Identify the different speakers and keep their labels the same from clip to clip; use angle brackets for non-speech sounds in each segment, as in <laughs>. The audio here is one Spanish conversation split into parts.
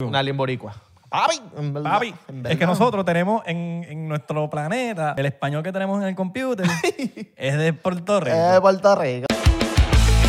Speaker 1: Un alien boricua. Papi, en verdad,
Speaker 2: Papi,
Speaker 1: en
Speaker 2: es
Speaker 1: verdad.
Speaker 2: que nosotros tenemos en, en nuestro planeta, el español que tenemos en
Speaker 1: <laughs>
Speaker 2: el computer es de Puerto Rico.
Speaker 1: Eh, Puerto Rico. pues,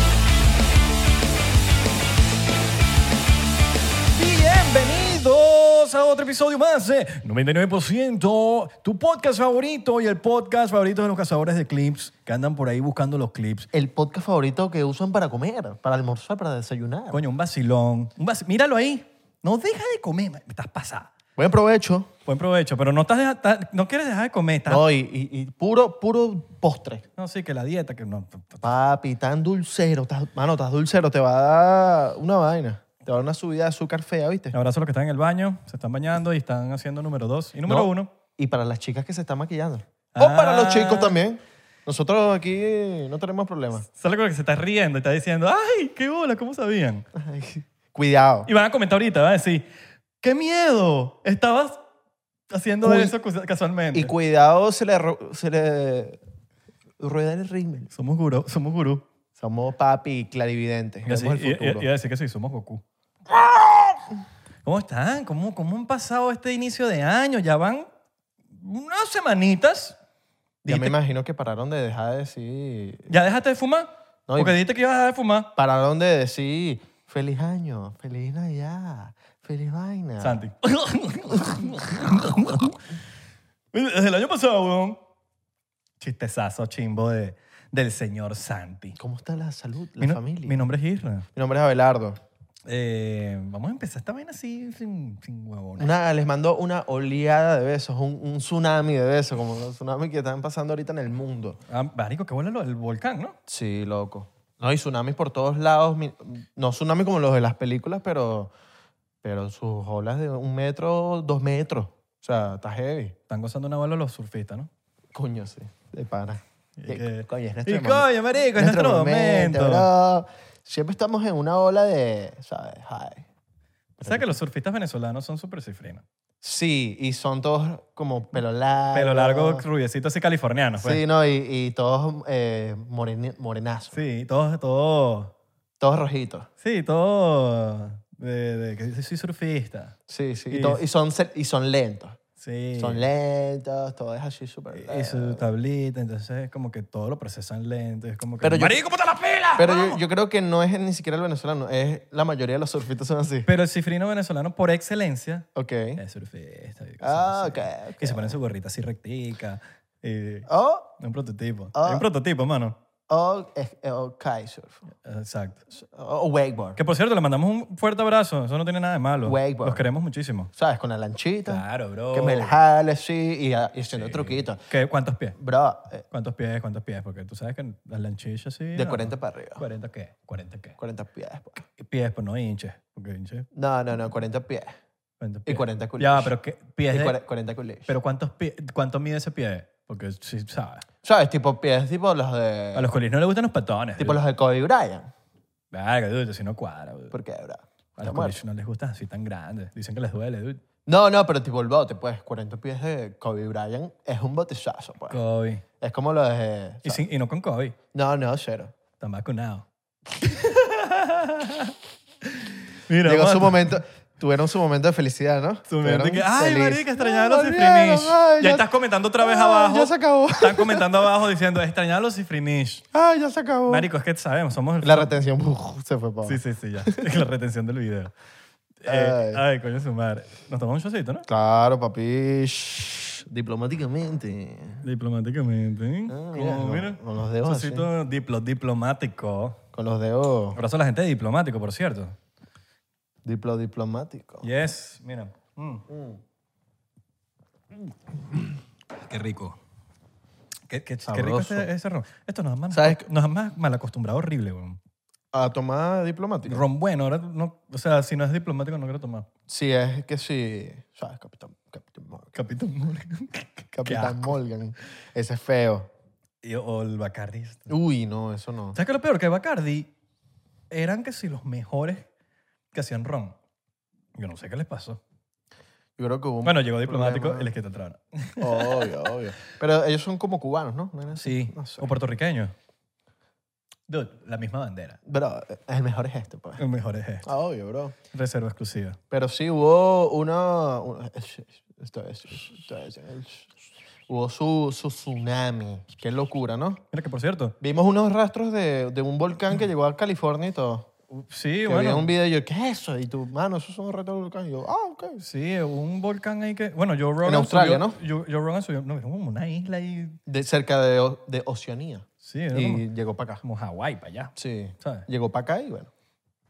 Speaker 2: Bienvenidos a otro episodio más de 99%, tu podcast favorito y el podcast favorito de los cazadores de clips que andan por ahí buscando los clips.
Speaker 1: El podcast favorito que usan para comer, para almorzar, para desayunar.
Speaker 2: Coño, un vacilón. Un vaci- Míralo ahí. No deja de comer. man. Estás pasada.
Speaker 1: Buen provecho.
Speaker 2: Buen provecho, pero no, estás deja- estás- no quieres dejar de comer. estás- no.
Speaker 1: No, y, y- y puro, puro postre.
Speaker 2: sí, que la dieta, que no.
Speaker 1: Papi, tan dulcero. estás- mano, estás dulcero. Te va a dar una vaina. Te va a dar una subida de azúcar fea, ¿viste?
Speaker 2: Abrazo a los que están en el baño, se están bañando y están haciendo número dos. Y número
Speaker 1: No.
Speaker 2: uno.
Speaker 1: Y para las chicas que se están maquillando.
Speaker 2: Ah.
Speaker 1: O para los chicos también. Nosotros aquí no tenemos problemas.
Speaker 2: Sale con el que se está riendo y está diciendo, ¡ay, qué bola! ¿Cómo sabían?
Speaker 1: Ay, Cuidado.
Speaker 2: Y van a comentar ahorita, van a decir, ¡qué miedo! Estabas haciendo
Speaker 1: Uy.
Speaker 2: eso cus- casualmente.
Speaker 1: Y cuidado, se le, ro- se le rueda el rímel.
Speaker 2: somos gurú. Somos gurú.
Speaker 1: Somos papi clarividentes.
Speaker 2: Iba a
Speaker 1: Vemos
Speaker 2: decir-
Speaker 1: el
Speaker 2: i- i-
Speaker 1: futuro.
Speaker 2: iba a decir que sí, somos Goku. ¿Cómo están? ¿Cómo, ¿Cómo han pasado este inicio de año? Ya van unas semanitas.
Speaker 1: ya me
Speaker 2: Dijiste-
Speaker 1: imagino que pararon de dejar de decir.
Speaker 2: ¿Ya dejaste de fumar?
Speaker 1: No, y-
Speaker 2: Porque dijiste que ibas a dejar de fumar.
Speaker 1: Pararon de decir. Feliz año, feliz Navidad, feliz vaina.
Speaker 2: <laughs> Santi. Desde el año pasado, weón. Chistezazo chimbo de, del señor Santi.
Speaker 1: ¿Cómo está la salud, la
Speaker 2: mi, no-
Speaker 1: familia?
Speaker 2: mi
Speaker 1: Mi,
Speaker 2: nombre es Isra.
Speaker 1: nombre es Abelardo.
Speaker 2: Eh, vamos a empezar esta vaina así, sin, sin huevones.
Speaker 1: Una, les mando una oleada de besos, un, un tsunami de besos, como los tsunamis que están pasando ahorita en el mundo.
Speaker 2: Ah, marico, qué bueno lo- el volcán, ¿no?
Speaker 1: Sí, loco. No, y tsunamis por todos lados. mi- No tsunamis como los de las películas, pero, pero sus olas de un metro, dos metros. O sea, está heavy.
Speaker 2: Están gozando una bola los surfistas, ¿no?
Speaker 1: Coño, sí. De pana.
Speaker 2: Y
Speaker 1: Eh,
Speaker 2: que-
Speaker 1: coño, es
Speaker 2: Y
Speaker 1: nuestro momento.
Speaker 2: coño, marico, es nuestro momento.
Speaker 1: bro. Siempre estamos en una ola de, ¿sabes? High.
Speaker 2: O sea que los surfistas venezolanos son súper cifrinos.
Speaker 1: Sí, y son todos como pelo largo.
Speaker 2: Pelo largo, rubiecito, así californianos. Pues.
Speaker 1: Ah, Sí, no, y, y todos eh, moreni- morenazos.
Speaker 2: Sí, todos, todos.
Speaker 1: Todos rojitos.
Speaker 2: Sí, todo. De, de que dice, soy surfista.
Speaker 1: Sí, sí.
Speaker 2: Y-
Speaker 1: Y, to- y son, se- y son lentos.
Speaker 2: Sí.
Speaker 1: Son lentos, todo es así súper
Speaker 2: Y su
Speaker 1: lento.
Speaker 2: tablita, entonces es como que todo lo procesan lento. Es como que.
Speaker 1: Pero yo-
Speaker 2: ¡Marico, ponte las pilas!
Speaker 1: Pero
Speaker 2: vamos!
Speaker 1: yo, yo creo que no es ni siquiera el venezolano, es la mayoría de los surfistas son así.
Speaker 2: Pero el cifrino venezolano, por excelencia,
Speaker 1: Ok.
Speaker 2: es surfista. y cosas
Speaker 1: Ah,
Speaker 2: así.
Speaker 1: ok.
Speaker 2: Que se
Speaker 1: ok.
Speaker 2: ponen su gorrita así rectica. Y
Speaker 1: Oh,
Speaker 2: un prototipo.
Speaker 1: Ah.
Speaker 2: Es un prototipo, mano.
Speaker 1: oh, es- oh, kitesurf.
Speaker 2: Exacto.
Speaker 1: O wakeboard.
Speaker 2: Que por cierto, le mandamos un fuerte abrazo. Eso no tiene nada de malo.
Speaker 1: Wakeboard.
Speaker 2: Los queremos muchísimo.
Speaker 1: ¿Sabes? Con la lanchita.
Speaker 2: Claro, bro.
Speaker 1: Que me la jale así y, a- y haciendo
Speaker 2: Sí.
Speaker 1: truquitos.
Speaker 2: ¿Qué? ¿Cuántos pies?
Speaker 1: Bro, eh,
Speaker 2: ¿Cuántos pies? ¿Cuántos pies? Porque tú sabes que las lanchillas sí.
Speaker 1: de
Speaker 2: ah,
Speaker 1: 40 para arriba.
Speaker 2: ¿40 qué? ¿40 qué?
Speaker 1: 40 pies. pues.
Speaker 2: Pies, pues no hinches. Porque hinches.
Speaker 1: No, no, no, 40 pies.
Speaker 2: 40
Speaker 1: Y
Speaker 2: pies.
Speaker 1: 40 culiches.
Speaker 2: Ya, pero ¿qué? Pies
Speaker 1: Y
Speaker 2: de-
Speaker 1: cuare- 40 culiches.
Speaker 2: ¿Pero cuántos pies? ¿Cuánto mide ese pie? Porque sí, sabes.
Speaker 1: ¿Sabes? Tipo pies, tipo los de.
Speaker 2: A los colis no les gustan los patones.
Speaker 1: Tipo los de Kobe Bryant.
Speaker 2: Verga, dude, si no cuadra, dude.
Speaker 1: ¿Por qué, bro?
Speaker 2: A
Speaker 1: Está
Speaker 2: los
Speaker 1: muerto.
Speaker 2: colis no les gustan así tan grandes. Dicen que les duele, dude.
Speaker 1: No, no, pero tipo el bote, pues 40 pies de Kobe Bryant es un botellazo, pues.
Speaker 2: COVID.
Speaker 1: Es como lo de...
Speaker 2: Y, sin- y no con COVID.
Speaker 1: No, no, cero.
Speaker 2: Están vacunados. <laughs> Mira,
Speaker 1: Llegó
Speaker 2: mano,
Speaker 1: su momento, tuvieron su momento de felicidad, ¿no?
Speaker 2: Su momento
Speaker 1: Estuvieron
Speaker 2: que, ay,
Speaker 1: feliz.
Speaker 2: marica, extrañaba los
Speaker 1: volvieron,
Speaker 2: cifrinish.
Speaker 1: ay,
Speaker 2: Ya
Speaker 1: ya-
Speaker 2: estás comentando otra vez
Speaker 1: ay,
Speaker 2: abajo.
Speaker 1: ya se acabó.
Speaker 2: Están comentando abajo diciendo, extrañaba los cifrinish.
Speaker 1: Ay, ya se acabó.
Speaker 2: Marico, es que sabemos, somos el...
Speaker 1: La retención uf, se fue para
Speaker 2: Sí, sí, sí, ya. <laughs> La retención del video. Eh, ay, coño, su madre. Nos tomamos un chocito, ¿no?
Speaker 1: Claro, papi. shh, Diplomáticamente.
Speaker 2: Diplomáticamente. ¿eh?
Speaker 1: Ah, mira,
Speaker 2: Como,
Speaker 1: con-
Speaker 2: mira.
Speaker 1: con los dedos así.
Speaker 2: Chocito diplo, diplomático.
Speaker 1: Con los dedos
Speaker 2: Abrazo a la gente de diplomático, por cierto.
Speaker 1: diplo diplomático.
Speaker 2: Yes, mira. Mm. Qué rico. Qué, qué- qué rico este,
Speaker 1: Sabroso.
Speaker 2: ese, ese ron. Esto nos han mal,
Speaker 1: ¿Sabes?
Speaker 2: nos han mal, mal acostumbrado horrible, weón.
Speaker 1: A tomar diplomático.
Speaker 2: Ron bueno, ahora no, o sea, si no es diplomático no quiero tomar.
Speaker 1: Sí, es que sí. ¿Sabes? Capitán, Capitán, Mor-
Speaker 2: Capitán Morgan. <laughs>
Speaker 1: Capitán
Speaker 2: asco.
Speaker 1: Morgan. Ese es feo.
Speaker 2: Y- o el Bacardi. este.
Speaker 1: Uy, no, eso no.
Speaker 2: ¿Sabes qué es lo peor? Que Bacardi eran que si los mejores que hacían ron. Yo no sé qué les pasó.
Speaker 1: Yo creo que hubo un
Speaker 2: Bueno, llegó diplomático
Speaker 1: problema.
Speaker 2: y les quitó el trabajo.
Speaker 1: Obvio, obvio. Pero ellos son como cubanos, ¿no? ¿No era así?
Speaker 2: Sí.
Speaker 1: No sé.
Speaker 2: O puertorriqueños. Dude, la misma bandera.
Speaker 1: Pero el mejor es este, pues.
Speaker 2: Lo mejor es esto.
Speaker 1: Ah, obvio, bro.
Speaker 2: Reserva exclusiva.
Speaker 1: Pero sí hubo una... una- esto es- esto es- hubo su, su tsunami. Qué locura, ¿no?
Speaker 2: Mira que, por cierto,
Speaker 1: Vimos unos rastros de, de un volcán que llegó a California y todo.
Speaker 2: u- sí,
Speaker 1: Que
Speaker 2: bueno.
Speaker 1: había un video y yo, ¿qué es eso? Y tú, mano, esos son rastros de volcán. Y yo, ah, ok.
Speaker 2: Sí, un volcán ahí que... Bueno, Joe Rogan
Speaker 1: Australia,
Speaker 2: subió-
Speaker 1: ¿no?
Speaker 2: Joe, Joe Rogan subió... No, es como una isla ahí...
Speaker 1: De, cerca de, O- de Oceanía.
Speaker 2: Sí, Ah. era como,
Speaker 1: Y llegó para acá.
Speaker 2: como Hawái para allá.
Speaker 1: Sí.
Speaker 2: ¿Sabes?
Speaker 1: Llegó para acá y bueno,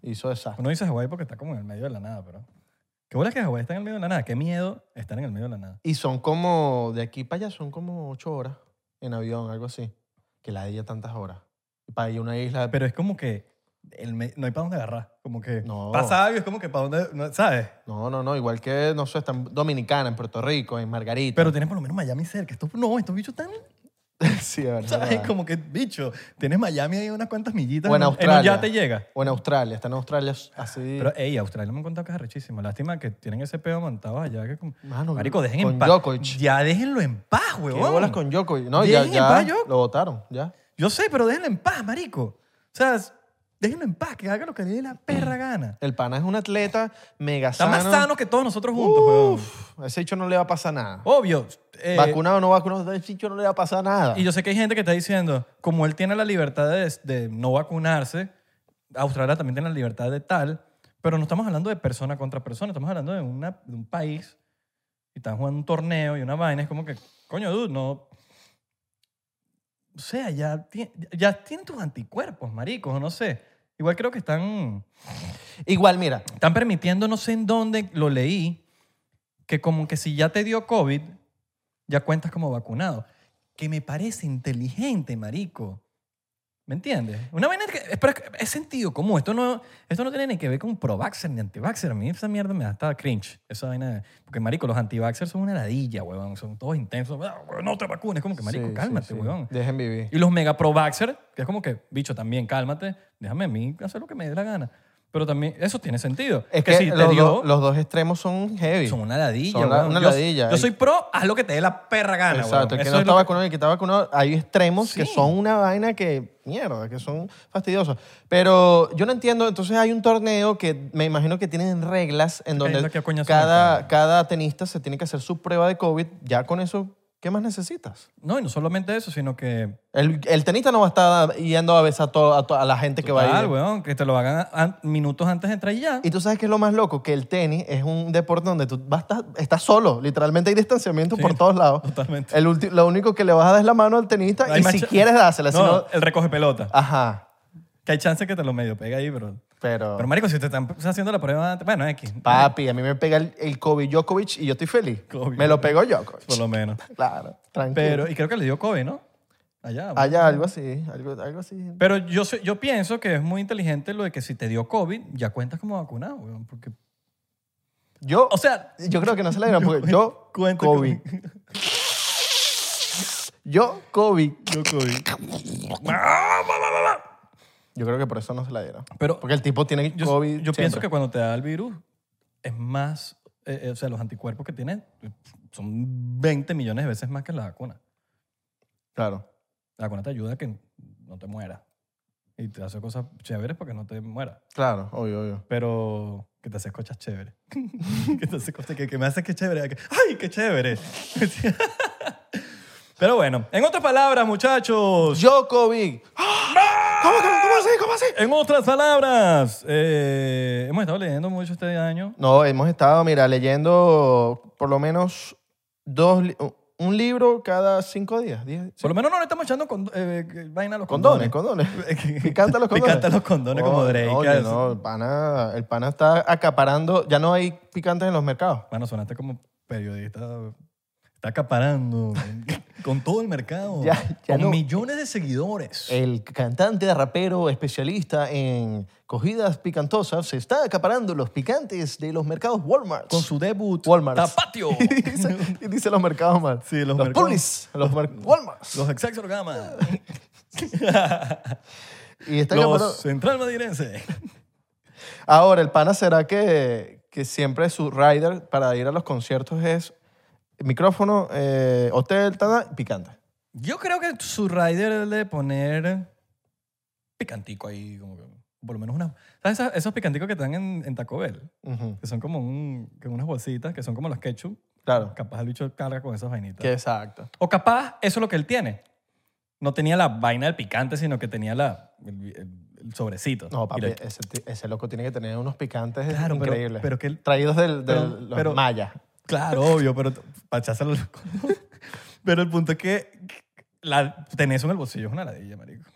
Speaker 1: hizo desastre.
Speaker 2: Uno dice Hawái porque está como en el medio de la nada, pero... Qué bola que Hawái está en el medio de la nada. Qué miedo estar en el medio de la nada.
Speaker 1: Y son como, de aquí para allá son como ocho horas en avión, algo así. Que la de ella tantas horas. Para ir a una isla.
Speaker 2: Pero es como que el me- no hay para dónde agarrar. Como que
Speaker 1: No.
Speaker 2: pasa algo y es como que para dónde... no- ¿Sabes?
Speaker 1: No, no, no. Igual que, no sé, están Dominicana, en Puerto Rico, en Margarita.
Speaker 2: Pero tienes por lo menos Miami cerca. Estos, no, estos bichos están...
Speaker 1: <laughs> sí, de verdad.
Speaker 2: ¿Sabes? Como que, bicho, tienes Miami ahí unas cuantas millitas.
Speaker 1: O en
Speaker 2: un- un
Speaker 1: Australia.
Speaker 2: yate llega.
Speaker 1: O en Australia, están en Australia así.
Speaker 2: Pero, ey, Australia me han contado que es arrechísimo. Lástima que tienen ese pedo montado allá. Que como,
Speaker 1: Mano,
Speaker 2: Marico, dejen
Speaker 1: con
Speaker 2: en paz.
Speaker 1: Djokovic.
Speaker 2: Ya déjenlo en paz,
Speaker 1: ¿Qué
Speaker 2: huevón.
Speaker 1: bolas con Djokovic? No, ya,
Speaker 2: Dejen en
Speaker 1: ya
Speaker 2: paz, Djokovic.
Speaker 1: lo votaron, ya.
Speaker 2: Yo sé, pero déjenlo en paz, marico. O sea, s- déjenlo en paz, que haga lo que le dé la perra gana.
Speaker 1: El pana es un atleta mega
Speaker 2: Está
Speaker 1: sano.
Speaker 2: más sano que todos nosotros juntos, huevón.
Speaker 1: Uf, a ese hecho no le va a pasar nada.
Speaker 2: Obvio. eh,
Speaker 1: vacunado o no vacunado, a ese hecho no le va a pasar nada.
Speaker 2: y yo sé que hay gente que está diciendo, como él tiene la libertad de, de no vacunarse, Australia también tiene la libertad de tal, pero no estamos hablando de persona contra persona, estamos hablando de, una, de un país y están jugando un torneo y una vaina, es como que, coño, dude, no... O sea, ya, ti- ya tienen tus anticuerpos, maricos, no sé. Igual creo que están...
Speaker 1: Igual, mira,
Speaker 2: Están permitiendo, no sé en dónde lo leí, que como que si ya te dio COVID, ya cuentas como vacunado. Que me parece inteligente, marico. ¿Me entiendes? Una vaina que es, pero es- es sentido común. Esto no, esto no tiene ni que ver con pro-vaxxer ni anti-vaxxer. A mí esa mierda me da hasta cringe. Esa vaina. de- Porque, marico, los anti-vaxxers son una ladilla, huevón. Son todos intensos. "Ah, huevón, No te vacunes. Como que, marico,
Speaker 1: Sí, sí,
Speaker 2: cálmate,
Speaker 1: sí.
Speaker 2: huevón.
Speaker 1: Dejen vivir.
Speaker 2: Y los mega pro vaxxer, que es como que, bicho, también cálmate, déjame a mí hacer lo que me dé la gana. Pero también, eso tiene sentido.
Speaker 1: Es que,
Speaker 2: si te
Speaker 1: los,
Speaker 2: dio,
Speaker 1: dos, los dos extremos son heavy.
Speaker 2: son una ladilla.
Speaker 1: Son la-
Speaker 2: weón.
Speaker 1: una
Speaker 2: Yo-
Speaker 1: ladilla.
Speaker 2: Yo, soy pro, haz lo que te dé la perra gana,
Speaker 1: Exacto, el
Speaker 2: weón.
Speaker 1: que
Speaker 2: Eso
Speaker 1: no
Speaker 2: es
Speaker 1: está
Speaker 2: lo que-
Speaker 1: vacunado y el que está vacunado, hay extremos que
Speaker 2: Sí.
Speaker 1: son una vaina que, mierda, que son fastidiosos. Pero yo no entiendo, entonces hay un torneo que me imagino que tienen reglas en donde
Speaker 2: es la que coño se
Speaker 1: cada,
Speaker 2: meten.
Speaker 1: cada tenista se tiene que hacer su prueba de COVID, ya con eso, ¿qué más necesitas?
Speaker 2: No, y no solamente eso, sino que.
Speaker 1: El, el tenista no va a estar yendo a besar a, to- a to- a la gente que va a
Speaker 2: tal,
Speaker 1: ir.
Speaker 2: weón, que te lo hagan an- minutos antes de entrar y ya.
Speaker 1: Y tú sabes que es lo más loco, que el tenis es un deporte donde tú vas a estar- estás solo, literalmente hay distanciamiento
Speaker 2: Sí,
Speaker 1: por todos lados.
Speaker 2: totalmente.
Speaker 1: El ulti- lo único que le vas a dar es la mano al tenista
Speaker 2: Hay
Speaker 1: y
Speaker 2: más
Speaker 1: si
Speaker 2: cha-
Speaker 1: quieres dásela, si
Speaker 2: No,
Speaker 1: no-
Speaker 2: el recoge pelota.
Speaker 1: Ajá.
Speaker 2: Que hay chance que te lo medio pega ahí, pero.
Speaker 1: Pero,
Speaker 2: Pero, marico, si te están haciendo la prueba antes. Bueno, X.
Speaker 1: papi, a mí me pega el, el COVID Djokovic y yo estoy feliz.
Speaker 2: Covid.
Speaker 1: Me lo pegó Djokovic.
Speaker 2: Por
Speaker 1: <laughs>
Speaker 2: lo menos.
Speaker 1: Claro, tranquilo.
Speaker 2: Pero, y creo que le dio COVID, ¿no? Allá. weón.
Speaker 1: Allá, algo así, algo, algo así.
Speaker 2: Pero yo, sé- yo pienso que es muy inteligente lo de que si te dio COVID, ya cuentas como vacunado, weón. Porque,
Speaker 1: Yo,
Speaker 2: o sea,
Speaker 1: yo creo que no se la dieron porque yo,
Speaker 2: cuento
Speaker 1: COVID.
Speaker 2: con-
Speaker 1: Yo, COVID.
Speaker 2: yo COVID.
Speaker 1: Yo creo que por eso no se la dieron.
Speaker 2: <laughs> Pero
Speaker 1: Porque el tipo tiene
Speaker 2: yo,
Speaker 1: COVID
Speaker 2: yo
Speaker 1: siempre.
Speaker 2: pienso que cuando te da el virus, es más, eh, eh, o sea, los anticuerpos que tienes son 20 millones de veces más que la vacuna.
Speaker 1: Claro.
Speaker 2: La vacuna te ayuda a que no te mueras. Y te hace cosas chéveres para que no te mueras.
Speaker 1: Claro, obvio, obvio.
Speaker 2: pero que te haces cochas chéveres. <laughs> que te haces cosas que, que me haces que chévere. que- ¡Ay, qué chévere! <laughs> pero bueno, en otras palabras, muchachos,
Speaker 1: Yo, COVID. ¿Cómo, cómo, cómo así? ¿Cómo así?
Speaker 2: en otras palabras, eh, hemos estado leyendo mucho este año.
Speaker 1: No, hemos estado, mira, leyendo por lo menos dos, li- un libro cada cinco días. diez-
Speaker 2: Por lo menos no le estamos echando con, eh, vaina a los
Speaker 1: Condones,
Speaker 2: condones.
Speaker 1: condones.
Speaker 2: <laughs>
Speaker 1: Picante a los condones.
Speaker 2: Picante a los condones como
Speaker 1: Oh,
Speaker 2: Drake.
Speaker 1: oye,
Speaker 2: así.
Speaker 1: no, el pana, el pana está acaparando. Ya no hay picantes en los mercados.
Speaker 2: Bueno, sonaste como periodista.
Speaker 1: <laughs>
Speaker 2: Está acaparando con todo el mercado.
Speaker 1: Ya- ya
Speaker 2: con
Speaker 1: no. Eh,
Speaker 2: millones de seguidores.
Speaker 1: El cantante, rapero, especialista en cogidas picantosas, se está acaparando los picantes de los mercados Walmart.
Speaker 2: con su debut.
Speaker 1: Walmart.
Speaker 2: Tapatio.
Speaker 1: <laughs> y, dice, y dice los mercados mal.
Speaker 2: Sí, los
Speaker 1: los
Speaker 2: mercados.
Speaker 1: Publis, los mer- Walmart. <laughs>
Speaker 2: Los Exaxorgama.
Speaker 1: Y está acaparando-
Speaker 2: los Central Madirense.
Speaker 1: Ahora, el pana será que, que siempre su rider para ir a los conciertos es micrófono, eh, hotel, tada, picante.
Speaker 2: Yo creo que su rider debe poner picantico ahí, como que, por lo menos una... ¿Sabes esa- esos picanticos que te dan en, en Taco Bell?
Speaker 1: Ujú,
Speaker 2: Que son como un- que unas bolsitas, que son como los ketchup.
Speaker 1: Claro.
Speaker 2: Capaz el bicho carga con esas vainitas.
Speaker 1: Que exacto.
Speaker 2: O capaz eso es lo que él tiene. No tenía la vaina del picante, sino que tenía la, el, el- el sobrecito.
Speaker 1: No, papi,
Speaker 2: Y le-
Speaker 1: ese, ti- ese loco tiene que tener unos picantes
Speaker 2: Claro, pero-
Speaker 1: increíbles.
Speaker 2: pero que él-
Speaker 1: Traídos del, del
Speaker 2: pero-
Speaker 1: los
Speaker 2: pero-
Speaker 1: mayas.
Speaker 2: Claro, obvio, pero para echárselo al loco. <laughs> Pero el punto es que la, tener eso en el bolsillo es una ladilla, marico.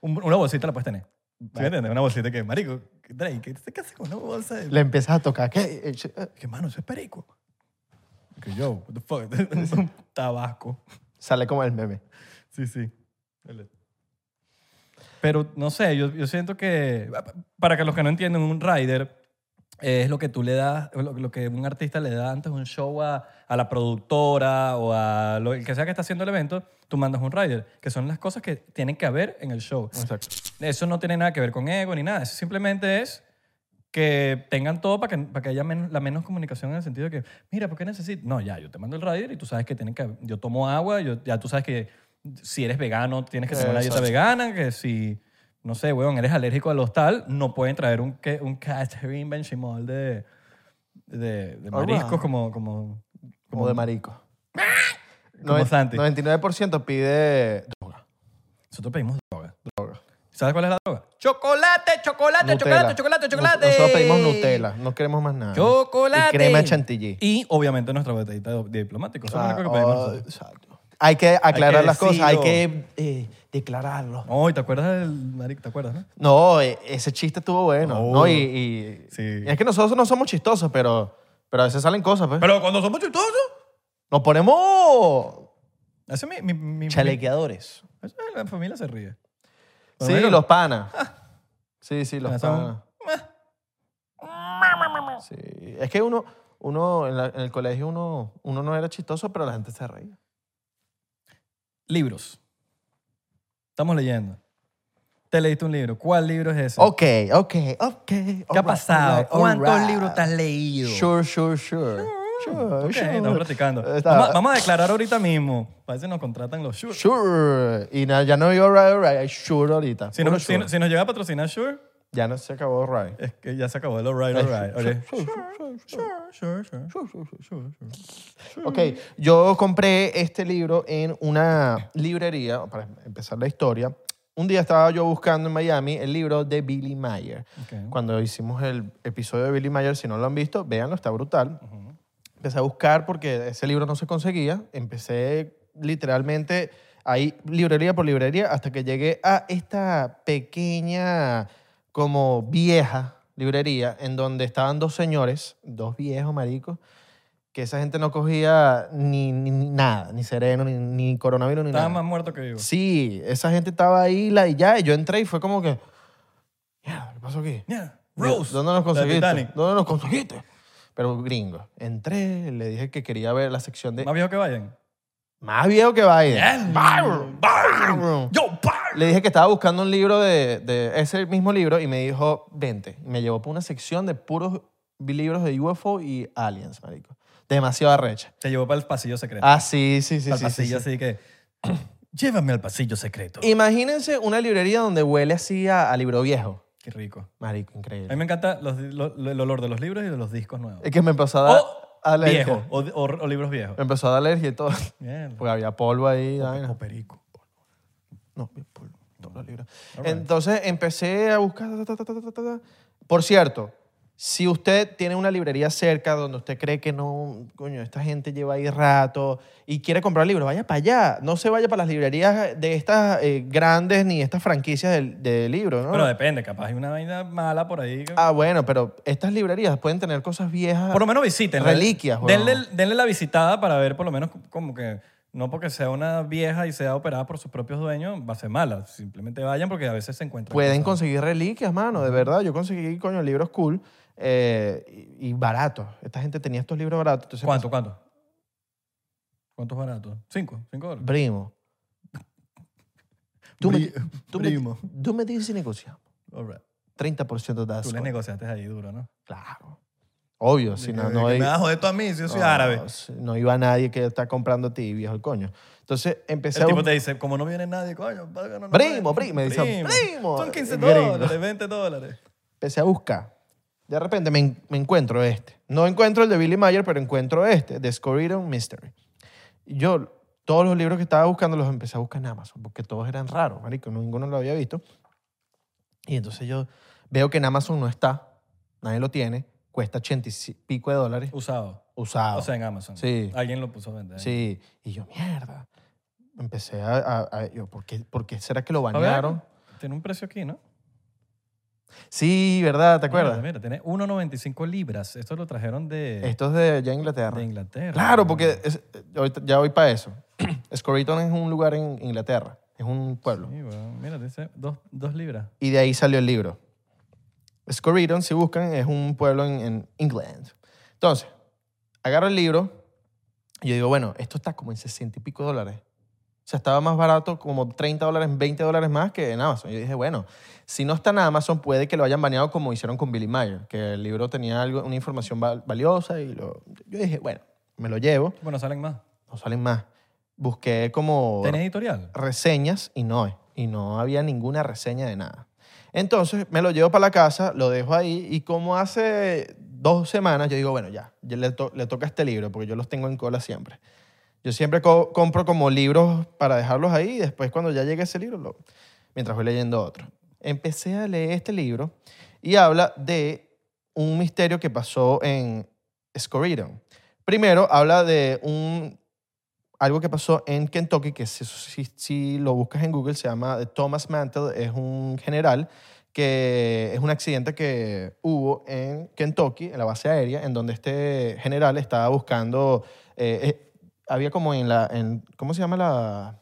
Speaker 2: Un- una bolsita la puedes tener. ¿Sí me
Speaker 1: Vale.
Speaker 2: entiendes? Una bolsita que, marico, Drake, ¿qué- ¿qué haces con una bolsa? De...
Speaker 1: Le empiezas a tocar. ¿qué? Eh,
Speaker 2: Que, mano, eso es perico. Que yo, what the fuck, <laughs> es un tabasco.
Speaker 1: Sale como el meme.
Speaker 2: Sí, sí. Pero no sé, yo, yo siento que, para que los que no entienden, un rider es lo que tú le das, lo, lo que un artista le da antes de un show a, a la productora o a lo el que sea que está haciendo el evento, tú mandas un rider, que son las cosas que tienen que haber en el show.
Speaker 1: Exacto.
Speaker 2: Eso no tiene nada que ver con ego ni nada, eso simplemente es que tengan todo para que, para que haya menos- la menos comunicación en el sentido de que, mira, ¿por qué necesito? No, ya, yo te mando el rider y tú sabes que tienen que, yo tomo agua, yo, ya tú sabes que si eres vegano tienes que tomar la dieta
Speaker 1: Exacto.
Speaker 2: vegana, que si, no sé, weón, eres alérgico al hostal, no pueden traer un, que- un catering benchimol de, de, de
Speaker 1: All right.
Speaker 2: mariscos como, como,
Speaker 1: Como de marico.
Speaker 2: Como Santi.
Speaker 1: 99% pide droga.
Speaker 2: Nosotros pedimos droga. ¿Sabes cuál es la droga? Chocolate, chocolate,
Speaker 1: Nutella.
Speaker 2: chocolate, chocolate,
Speaker 1: Nu-
Speaker 2: chocolate.
Speaker 1: Nosotros pedimos Nutella. No queremos más nada.
Speaker 2: Chocolate.
Speaker 1: Y crema chantilly.
Speaker 2: Y obviamente nuestra botellita de de diplomático. Eso es lo
Speaker 1: Ah,
Speaker 2: único que pedimos
Speaker 1: oh,
Speaker 2: nosotros.
Speaker 1: exacto. Hay que aclarar
Speaker 2: Hay que
Speaker 1: las cosas. Hay
Speaker 2: decirlo.
Speaker 1: que eh, declararlo.
Speaker 2: Oh, ¿y ¿te acuerdas del marico? ¿Te acuerdas, no?
Speaker 1: No, e- ese chiste estuvo bueno.
Speaker 2: Oh.
Speaker 1: ¿no? Y, y-
Speaker 2: Sí.
Speaker 1: y es que nosotros no somos chistosos, pero, pero a veces salen cosas. Pues.
Speaker 2: Pero cuando somos chistosos.
Speaker 1: Nos ponemos
Speaker 2: Eso es mi, mi, mi-
Speaker 1: chalequeadores.
Speaker 2: mi- eso es la familia se ríe.
Speaker 1: Sí,
Speaker 2: Bueno,
Speaker 1: los panas. Sí, sí, los
Speaker 2: Ah, son-
Speaker 1: panas. Sí. Es que uno, uno en, la- en el colegio uno, uno no era chistoso, pero la gente se reía.
Speaker 2: Libros. Estamos leyendo. Te leíste un libro. ¿Cuál libro es ese?
Speaker 1: Ok, Oh, ok, ok.
Speaker 2: ¿Qué ha pasado? ¿Cuántos libros te has leído?
Speaker 1: Sure, sure, sure. Sure,
Speaker 2: Ok,
Speaker 1: sure.
Speaker 2: estamos practicando.
Speaker 1: Está-
Speaker 2: Vamos, vamos a declarar ahorita mismo. Parece que nos contratan los Shure.
Speaker 1: Sure. Y na- ya no digo right, right, sure ahorita.
Speaker 2: Si
Speaker 1: Puro
Speaker 2: nos, si
Speaker 1: sure.
Speaker 2: nos- si nos llega a patrocinar Shure,
Speaker 1: Ya no se acabó right.
Speaker 2: es que ya se acabó el alright,
Speaker 1: Sure,
Speaker 2: alright. Oye,
Speaker 1: sure, sure, sure.
Speaker 2: Sure, sure, sure.
Speaker 1: Ok, yo compré este libro en una librería, para empezar la historia. Un día estaba yo buscando en Miami el libro de Billy Mayer.
Speaker 2: Ok.
Speaker 1: Cuando hicimos el episodio de Billy Mayer, si no lo han visto, véanlo, está brutal. Empecé a buscar porque ese libro no se conseguía. Empecé literalmente ahí, librería por librería, hasta que llegué a esta pequeña, como vieja librería, en donde estaban dos señores, dos viejos maricos, que esa gente no cogía ni, ni- ni nada, ni sereno, ni, ni coronavirus, ni
Speaker 2: Estaba
Speaker 1: nada.
Speaker 2: más muerto que vivo.
Speaker 1: Sí, esa gente estaba ahí, la y ya, y yo entré y fue como que, "Mierda, ¿qué pasó aquí?
Speaker 2: Yeah, Rose.
Speaker 1: ¿Dónde nos
Speaker 2: la
Speaker 1: conseguiste?
Speaker 2: Titanic.
Speaker 1: ¿Dónde nos conseguiste? Pero gringo. Entré, le dije que quería ver la sección de
Speaker 2: Más viejo que Mm. vayan.
Speaker 1: más viejo que Biden.
Speaker 2: Bien.
Speaker 1: Byron, Byron.
Speaker 2: Yo, par.
Speaker 1: Le dije que estaba buscando un libro de, de ese mismo libro y me dijo, vente. Y me llevó por una sección de puros libros de UFO y aliens, marico. Demasiado arrecha.
Speaker 2: Te llevó para el pasillo secreto.
Speaker 1: Ah, sí, sí, sí,
Speaker 2: Para el
Speaker 1: sí, sí,
Speaker 2: pasillo,
Speaker 1: sí.
Speaker 2: así que. <clears throat> Llévame al pasillo secreto.
Speaker 1: Imagínense una librería donde huele así a, a libro viejo.
Speaker 2: Qué rico.
Speaker 1: Marico,
Speaker 2: A mí
Speaker 1: increíble.
Speaker 2: me encanta los- lo- lo- el olor de los libros y de los discos nuevos.
Speaker 1: Es que me empezó a dar
Speaker 2: O
Speaker 1: alergia.
Speaker 2: Oh, viejo, o, o- o libros viejos.
Speaker 1: Me empezó a dar alergia y todo. <laughs>
Speaker 2: Mierda.
Speaker 1: Porque había polvo ahí. Em, vaina.
Speaker 2: O perico.
Speaker 1: No, bien, por todos los libros.
Speaker 2: All right.
Speaker 1: Entonces empecé a buscar. ta, ta, ta, ta, ta, ta, ta. Por cierto, si usted tiene una librería cerca donde usted cree que no, coño, esta gente lleva ahí rato y quiere comprar libros, vaya para allá. No se vaya para las librerías de estas eh, grandes ni estas franquicias de, de libros, ¿no?
Speaker 2: Pero depende, capaz hay una vaina mala por ahí. que-
Speaker 1: ah, bueno, pero estas librerías pueden tener cosas viejas.
Speaker 2: por lo menos visiten.
Speaker 1: Reliquias, weón.
Speaker 2: denle, denle la visitada para ver, por lo menos, como que. No porque sea una vieja y sea operada por sus propios dueños, va a ser mala. Simplemente vayan porque a veces se encuentran.
Speaker 1: Pueden
Speaker 2: cosas.
Speaker 1: conseguir reliquias, mano, de verdad. Yo conseguí, coño, libros cool eh, y, y baratos. Esta gente tenía estos libros baratos. Entonces
Speaker 2: ¿Cuánto, cuánto? ¿Cuántos baratos? ¿Cinco? ¿Cinco dólares?
Speaker 1: Primo. Tú me,
Speaker 2: Bri-
Speaker 1: tú me-
Speaker 2: primo.
Speaker 1: tú me dices si negociamos.
Speaker 2: All right.
Speaker 1: 30% de
Speaker 2: Tú
Speaker 1: asco.
Speaker 2: les negociaste ahí duro, ¿no?
Speaker 1: Claro. Obvio, si
Speaker 2: De
Speaker 1: no,
Speaker 2: que-
Speaker 1: no
Speaker 2: que
Speaker 1: hay... Ah,
Speaker 2: Me vas a joder tú a mí, si yo soy
Speaker 1: no,
Speaker 2: árabe.
Speaker 1: si No iba nadie que está comprando a ti, viejo el coño. Entonces empecé
Speaker 2: El
Speaker 1: a
Speaker 2: tipo
Speaker 1: bus-
Speaker 2: te dice, como no viene nadie, coño, páganos, no
Speaker 1: Primo,
Speaker 2: pagan".
Speaker 1: primo, me dice, primo,
Speaker 2: Son 15
Speaker 1: gringo.
Speaker 2: dólares, 20 dólares.
Speaker 1: empecé a buscar. De repente me, en- me encuentro este. No encuentro el de Billy Mayer, pero encuentro este, Discovery and Mystery. Y Yo todos los libros que estaba buscando los empecé a buscar en Amazon, porque todos eran raros, marico, ninguno lo había visto. Y entonces yo veo que en Amazon no está, nadie lo tiene, cuesta 80 y si- pico de dólares
Speaker 2: Usado.
Speaker 1: usado.
Speaker 2: Uh, O sea, en Amazon.
Speaker 1: Sí.
Speaker 2: Alguien lo puso a vender.
Speaker 1: sí, y yo, mierda. Empecé a, a- a- yo, ¿por qué, por qué será que lo
Speaker 2: A ver,
Speaker 1: bañaron?
Speaker 2: Tiene un precio aquí, ¿no?
Speaker 1: Sí, ¿verdad? ¿Te
Speaker 2: Mira,
Speaker 1: acuerdas?
Speaker 2: mira, tiene 1.95 libras. Esto lo trajeron de,
Speaker 1: Esto es de ya Inglaterra.
Speaker 2: de Inglaterra.
Speaker 1: Claro, porque es- ahorita- ya voy para eso. <clears throat> Scoriton es un lugar en Inglaterra, es un pueblo.
Speaker 2: Sí, weón. Mira, dice 2 libras.
Speaker 1: Y de ahí salió el libro. Scoriton, si buscan, es un pueblo en, en England. Entonces, agarro el libro y yo digo, bueno, esto está como en 60 y pico dólares. O sea, estaba más barato, como 30 dólares, 20 dólares más que en Amazon. Yo dije, bueno, si no está en Amazon, puede que lo hayan baneado como hicieron con Billy Mayer, que el libro tenía algo, una información val- valiosa y lo, yo dije, bueno, me lo llevo.
Speaker 2: Bueno, salen más.
Speaker 1: no salen más. Busqué como
Speaker 2: ¿Tenés editorial?
Speaker 1: reseñas y no, y no había ninguna reseña de nada. Entonces me lo llevo para la casa, lo dejo ahí y como hace dos semanas yo digo, bueno, ya, ya le, to- le toca este libro porque yo los tengo en cola siempre. Yo siempre co- compro como libros para dejarlos ahí y después cuando ya llegue ese libro, lo- mientras voy leyendo otro. Empecé a leer este libro y habla de un misterio que pasó en Scorito. Primero habla de un algo que pasó en Kentucky, que si, si- si lo buscas en Google se llama Thomas Mantle, es un general que es un accidente que hubo en Kentucky, en la base aérea, en donde este general estaba buscando, eh, eh, había como en la, en, ¿cómo se llama la?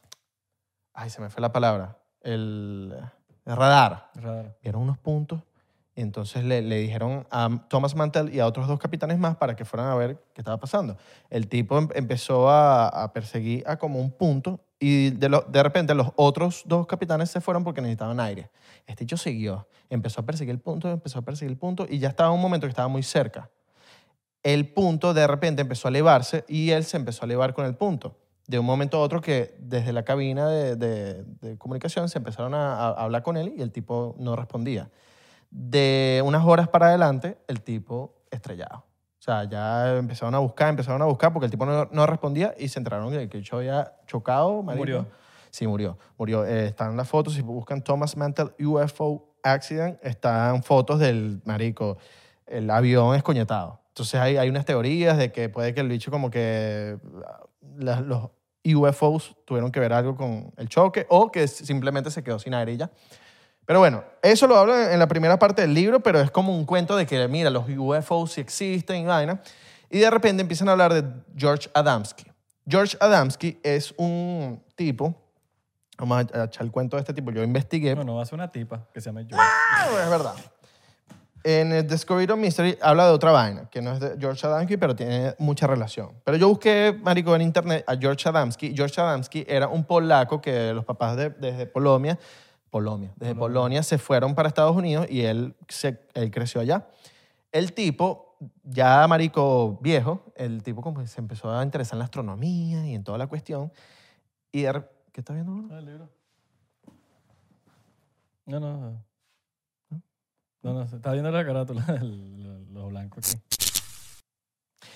Speaker 1: Ay, se me fue la palabra, el, el radar.
Speaker 2: Raro.
Speaker 1: Vieron unos puntos y entonces le, le dijeron a Thomas Mantel y a otros dos capitanes más para que fueran a ver qué estaba pasando. El tipo em- empezó a, a perseguir a como un punto y de, lo- de repente los otros dos capitanes se fueron porque necesitaban aire. Este hecho siguió, empezó a perseguir el punto, empezó a perseguir el punto y ya estaba un momento que estaba muy cerca. El punto de repente empezó a elevarse y él se empezó a elevar con el punto. De un momento a otro que desde la cabina de, de- de comunicación se empezaron a- a hablar con él y el tipo no respondía de unas horas para adelante, el tipo estrellado. O sea, ya empezaron a buscar, empezaron a buscar porque el tipo no, no respondía y se enteraron que que el show había chocado. marico.
Speaker 2: Murió.
Speaker 1: Sí, murió. Murió. Eh, están las fotos, si buscan Thomas Mantle UFO Accident, están fotos del marico, el avión escoñetado. Entonces hay, hay unas teorías de que puede que el bicho como que ah, la- los UFOs tuvieron que ver algo con el choque o que simplemente se quedó sin aire y ya. Pero bueno, eso lo hablo en la primera parte del libro, pero es como un cuento de que, mira, los UFOs sí existen y vaina. Y de repente empiezan a hablar de George Adamski. George Adamski es un tipo, vamos a a echar el cuento de este tipo, yo investigué,
Speaker 2: No, no, hace una tipa que se llama Joy.
Speaker 1: Ah, es verdad. En el Discovery of Mystery habla de otra vaina, que no es de George Adamski, pero tiene mucha relación. Pero yo busqué, marico, en internet a George Adamski. George Adamski era un polaco que los papás de- desde Polonia, Polonia, desde Polonia. se fueron para Estados Unidos y él, se, él creció allá. El tipo, ya marico viejo, el tipo como que se empezó a interesar en la astronomía y en toda la cuestión. Y de rep- ¿Qué estás viendo? Bruno?
Speaker 2: Ah, el libro. No, no. No, no, no, se está viendo la carátula <laughs> del lo blanco aquí.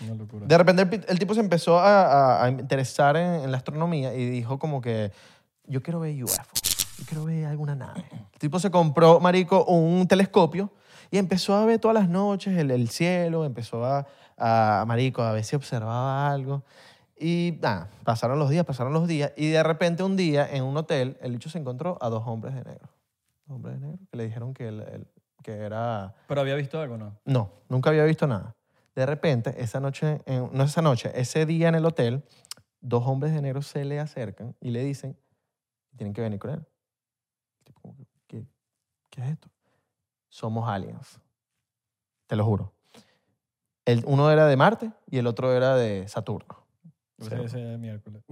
Speaker 2: Una locura.
Speaker 1: De repente el, pi- el tipo se empezó a, a- a interesar en, en la astronomía y dijo como que yo quiero ver UFO, yo quiero ver alguna nave. El tipo se compró, marico, un telescopio y empezó a ver todas las noches el, el cielo, empezó a, a, marico, a ver si observaba algo. Y nada, pasaron los días, pasaron los días y de repente un día en un hotel el bicho se encontró a dos hombres de negro. Dos hombres de negro que le dijeron que, el- el- que era...
Speaker 2: Pero había visto algo, ¿no?
Speaker 1: No, nunca había visto nada. De repente, esa noche, en- no esa noche, ese día en el hotel, dos hombres de negro se le acercan y le dicen, tienen que venir con él. El tipo como que, ¿Qué, qué es esto? Somos aliens. Te lo juro. El, uno era de Marte y el otro era de Saturno.
Speaker 2: Ese-
Speaker 1: Cero.
Speaker 2: Ese es miércoles.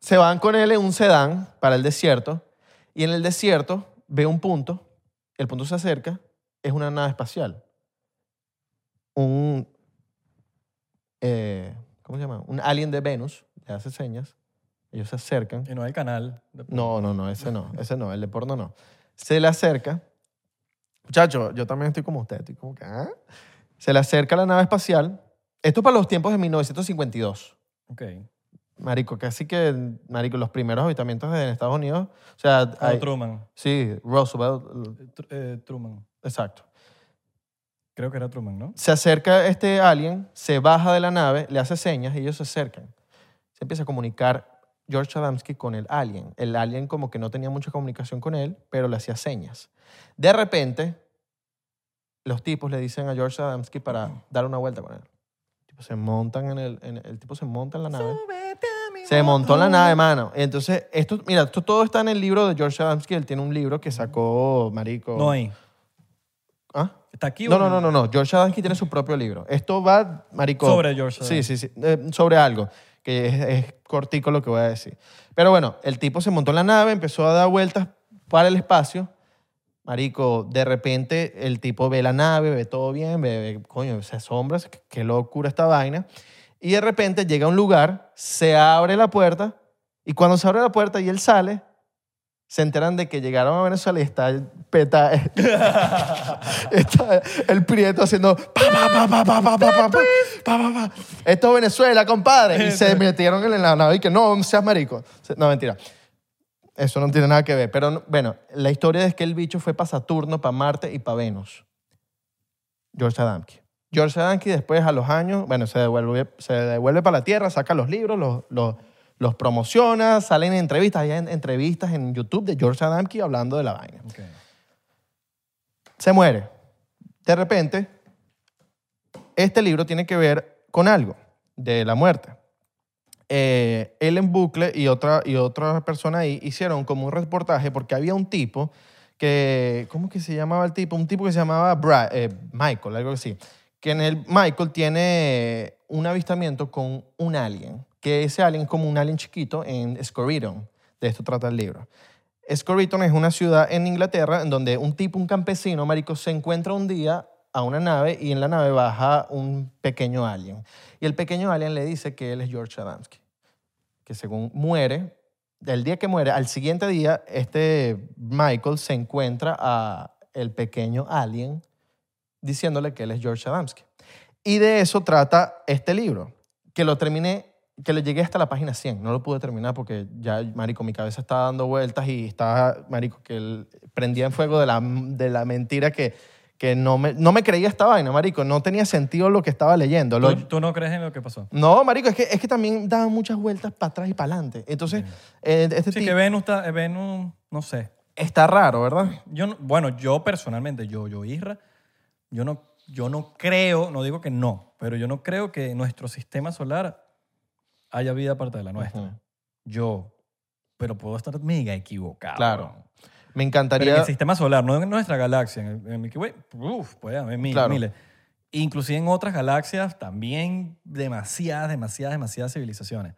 Speaker 1: Se van con él en un sedán para el desierto y en el desierto ve un punto, el punto se acerca, es una nave espacial. Un eh, ¿cómo se llama? Un alien de Venus, le hace señas, ellos se acercan.
Speaker 2: Y no el canal. de-
Speaker 1: No, no, no, ese no, ese no, el de porno no. Se le acerca. Muchacho, yo también estoy como usted, estoy como que, ¿ah? Se le acerca la nave espacial. Esto para los tiempos de 1952.
Speaker 2: Ok.
Speaker 1: Marico, casi que, marico, los primeros avistamientos en Estados Unidos. O sea,
Speaker 2: Como
Speaker 1: hay-
Speaker 2: Ah, Truman.
Speaker 1: sí, Roosevelt,
Speaker 2: Tr- eh, Truman.
Speaker 1: exacto.
Speaker 2: Creo que era Truman, ¿no?
Speaker 1: Se acerca este alien, se baja de la nave, le hace señas y ellos se acercan. Se empieza a comunicar George Adamski con el alien. El alien como que no tenía mucha comunicación con él, pero le hacía señas. De repente, los tipos le dicen a George Adamski para dar una vuelta con él. Tipo, se montan en el, en- el tipo se monta en la nave. ¿eh? Se montó en la nave, mano. Entonces, esto, mira, esto todo está en el libro de George Adamski. Él tiene un libro que sacó, marico.
Speaker 2: No hay.
Speaker 1: ¿Ah?
Speaker 2: ¿Está aquí o
Speaker 1: No, no, no, no, no. George Adamski tiene su propio libro. Esto va, marico.
Speaker 2: Sobre George
Speaker 1: Sí, sí,
Speaker 2: Adamski.
Speaker 1: sí. Eh, sobre algo. Que es, es cortico lo que voy a decir. Pero bueno, el tipo se montó en la nave, empezó a dar vueltas para el espacio. Marico, de repente el tipo ve la nave, ve todo bien, ve, ve- coño, se asombra, qué- qué locura esta vaina. Y de repente llega a un lugar, se abre la puerta, y cuando se abre la puerta y él sale, se enteran de que llegaron a Venezuela y está el peta, <laughs> está el prieto haciendo pa, pa, pa, pa, pa, pa, pa, pa, pa, pa, pa, pa. Esto es Venezuela, compadre. Y se metieron en la nave y que no, seas marico. No, mentira. Eso no tiene nada que ver. Pero no- bueno, la historia es que el bicho fue para Saturno, para Marte y para Venus. George Adamski. George Adamski después a los años, bueno, se devuelve, se devuelve para la Tierra, saca los libros, los, los, los promociona, salen entrevistas, hay en- entrevistas en YouTube de George Adamski hablando de la vaina.
Speaker 2: Ok.
Speaker 1: Se muere. De repente, este libro tiene que ver con algo de la muerte. Eh, Ellen Bucle y otra, y otra persona ahí hicieron como un reportaje porque había un tipo que, ¿cómo que se llamaba el tipo? Un tipo que se llamaba Bra- eh, Michael, algo así. Que en el Michael tiene un avistamiento con un alien, que ese alien es como un alien chiquito en Scorpion. De esto trata el libro. Scorpion es una ciudad en Inglaterra en donde un tipo, un campesino, marico, se encuentra un día a una nave y en la nave baja un pequeño alien. Y el pequeño alien le dice que él es George Adamski, que según muere, del día que muere, al siguiente día, este Michael se encuentra a el pequeño alien diciéndole que él es George Adamski. Y de eso trata este libro, que lo terminé, que le llegué hasta la página 100. No lo pude terminar porque ya, marico, mi cabeza estaba dando vueltas y estaba, marico, que el- prendía en fuego de la, de la mentira que, que no, me, no me creía esta vaina, marico. No tenía sentido lo que estaba leyendo. Lo-
Speaker 2: ¿Tú, tú no crees en lo que pasó?
Speaker 1: no, marico, es que, es que también daban muchas vueltas para atrás y para adelante. Entonces, eh, este
Speaker 2: Sí,
Speaker 1: tipo
Speaker 2: que Venus está... eh, Venus, no sé.
Speaker 1: está raro, ¿verdad?
Speaker 2: Yo no- bueno, yo personalmente, yo, yo, Isra, yo no, yo no creo, no digo que no, pero yo no creo que nuestro sistema solar haya vida aparte de la nuestra.
Speaker 1: Ujú.
Speaker 2: Yo, pero puedo estar mega equivocado.
Speaker 1: Claro.
Speaker 2: weón.
Speaker 1: Me
Speaker 2: Pero en
Speaker 1: encantaría...
Speaker 2: el sistema solar, no en nuestra galaxia, en el, en el Milky Way, uf, puede haber mil-
Speaker 1: Claro.
Speaker 2: miles. Inclusive en otras galaxias también demasiadas, demasiadas, demasiadas civilizaciones.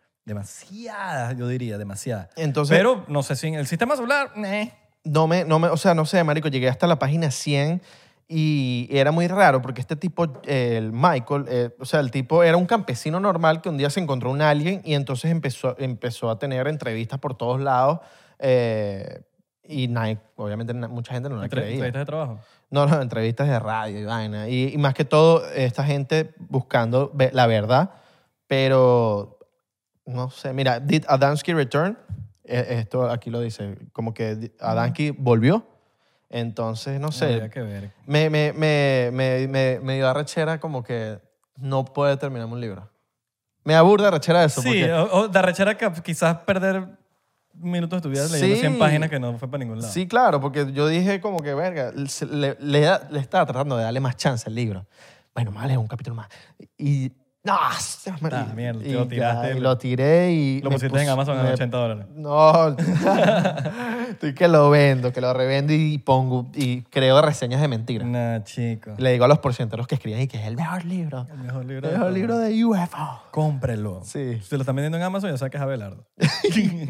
Speaker 2: Demasiadas, yo diría, demasiadas.
Speaker 1: Entonces,
Speaker 2: pero no sé si en el sistema solar, eh.
Speaker 1: no me, no me, o sea, no sé, marico, llegué hasta la página 100 y era muy raro porque este tipo, eh, el Michael, eh, o sea, el tipo era un campesino normal que un día se encontró un alien y entonces empezó, empezó a tener entrevistas por todos lados eh, y nadie- obviamente na- mucha gente no le
Speaker 2: Entre-
Speaker 1: creía.
Speaker 2: entrevistas de trabajo.
Speaker 1: No, no, entrevistas de radio y vaina. Y, y más que todo, esta gente buscando ve- la verdad. Pero, no sé, mira, Did Adamski Return? E- Esto aquí lo dice, como que di- Adamski volvió. Entonces, no
Speaker 2: Habría
Speaker 1: sé,
Speaker 2: que ver.
Speaker 1: me, me, me, me, me, me dio arrechera como que no puede terminar un libro. Me aburre arrechera eso.
Speaker 2: Sí,
Speaker 1: porque,
Speaker 2: o, o de arrechera que quizás perder minutos de tu vida leyendo
Speaker 1: Sí.
Speaker 2: 100 páginas que no fue para ningún lado.
Speaker 1: sí, claro, porque yo dije como que, verga, se- le, le da- le estaba tratando de darle más chance al libro. Bueno, más un capítulo más. Y... ¡No! se-
Speaker 2: Ah,
Speaker 1: y-
Speaker 2: mierda,
Speaker 1: y
Speaker 2: lo
Speaker 1: ya,
Speaker 2: tiraste.
Speaker 1: y lo tiré y...
Speaker 2: Lo
Speaker 1: me
Speaker 2: pusiste en
Speaker 1: pus-
Speaker 2: Amazon
Speaker 1: me-
Speaker 2: en 80 dólares.
Speaker 1: No, <laughs> estoy que lo vendo, que lo revendo y pongo y creo reseñas de mentira.
Speaker 2: Nah, chico.
Speaker 1: Le digo a los porcenteros que escriben y que es el mejor libro.
Speaker 2: El mejor
Speaker 1: El
Speaker 2: libro de
Speaker 1: mejor
Speaker 2: todo.
Speaker 1: libro de UFO.
Speaker 2: Cómprelo.
Speaker 1: Sí.
Speaker 2: Si te lo están vendiendo en Amazon, ya sabes que
Speaker 1: <laughs>
Speaker 2: es Abelardo.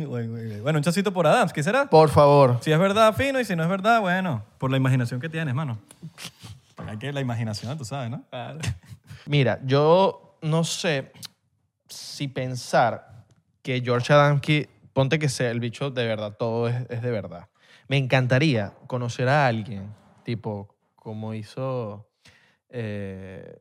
Speaker 2: bueno, bueno, bueno, un chocito por Adams. ¿Qué será?
Speaker 1: Por favor.
Speaker 2: Si es verdad, fino. Y si no es verdad, bueno, por la imaginación que tienes, mano. Hay que la imaginación, tú sabes, ¿no?
Speaker 1: Mira, yo no sé si pensar que George Adamski, ponte que sea el bicho de verdad, todo es, es de verdad. Me encantaría conocer a alguien, tipo, como hizo. eh,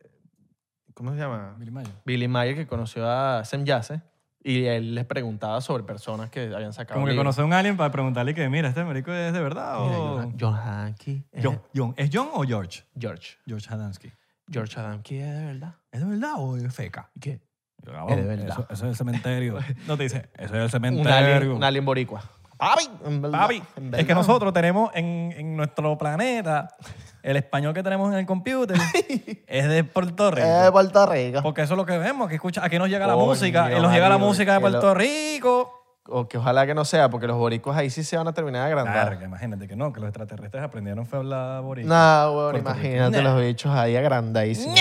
Speaker 1: ¿Cómo se llama?
Speaker 2: Billy Mayer.
Speaker 1: Billy Mayer, que conoció a Sam Yace, y él les preguntaba sobre personas que habían sacado.
Speaker 2: Como que
Speaker 1: libros.
Speaker 2: conoce a un alien para preguntarle que, mira, este marico es de verdad
Speaker 1: Mira,
Speaker 2: o...
Speaker 1: John- John Adamski. es-
Speaker 2: John, John. ¿Es John o George?
Speaker 1: George.
Speaker 2: George Hadansky.
Speaker 1: George Adamski es de verdad.
Speaker 2: ¿Es de verdad o es feca?
Speaker 1: ¿Y qué?
Speaker 2: Cabrón,
Speaker 1: Es de verdad.
Speaker 2: Eso, eso es el cementerio. <laughs> No te dice, eso es el
Speaker 1: Un alien,
Speaker 2: cementerio.
Speaker 1: un alien boricua. Papi, en verdad,
Speaker 2: Papi,
Speaker 1: en
Speaker 2: es que
Speaker 1: verdad.
Speaker 2: nosotros tenemos en, en nuestro planeta, el español que tenemos en el <laughs> computer es de Puerto Rico.
Speaker 1: Eh, Puerto Rico.
Speaker 2: Porque eso es lo que vemos, que escucha, aquí nos llega la
Speaker 1: Coño,
Speaker 2: música, y nos llega la
Speaker 1: marido,
Speaker 2: música de
Speaker 1: que lo-
Speaker 2: Puerto Rico.
Speaker 1: O que ojalá que no sea, porque los boricuas ahí sí se van a terminar de agrandar.
Speaker 2: Verga, imagínate que no, que los extraterrestres aprendieron fue a hablar boricua.
Speaker 1: No, bueno,
Speaker 2: Puerto Rico.
Speaker 1: imagínate
Speaker 2: Nah.
Speaker 1: los bichos ahí agrandadísimos.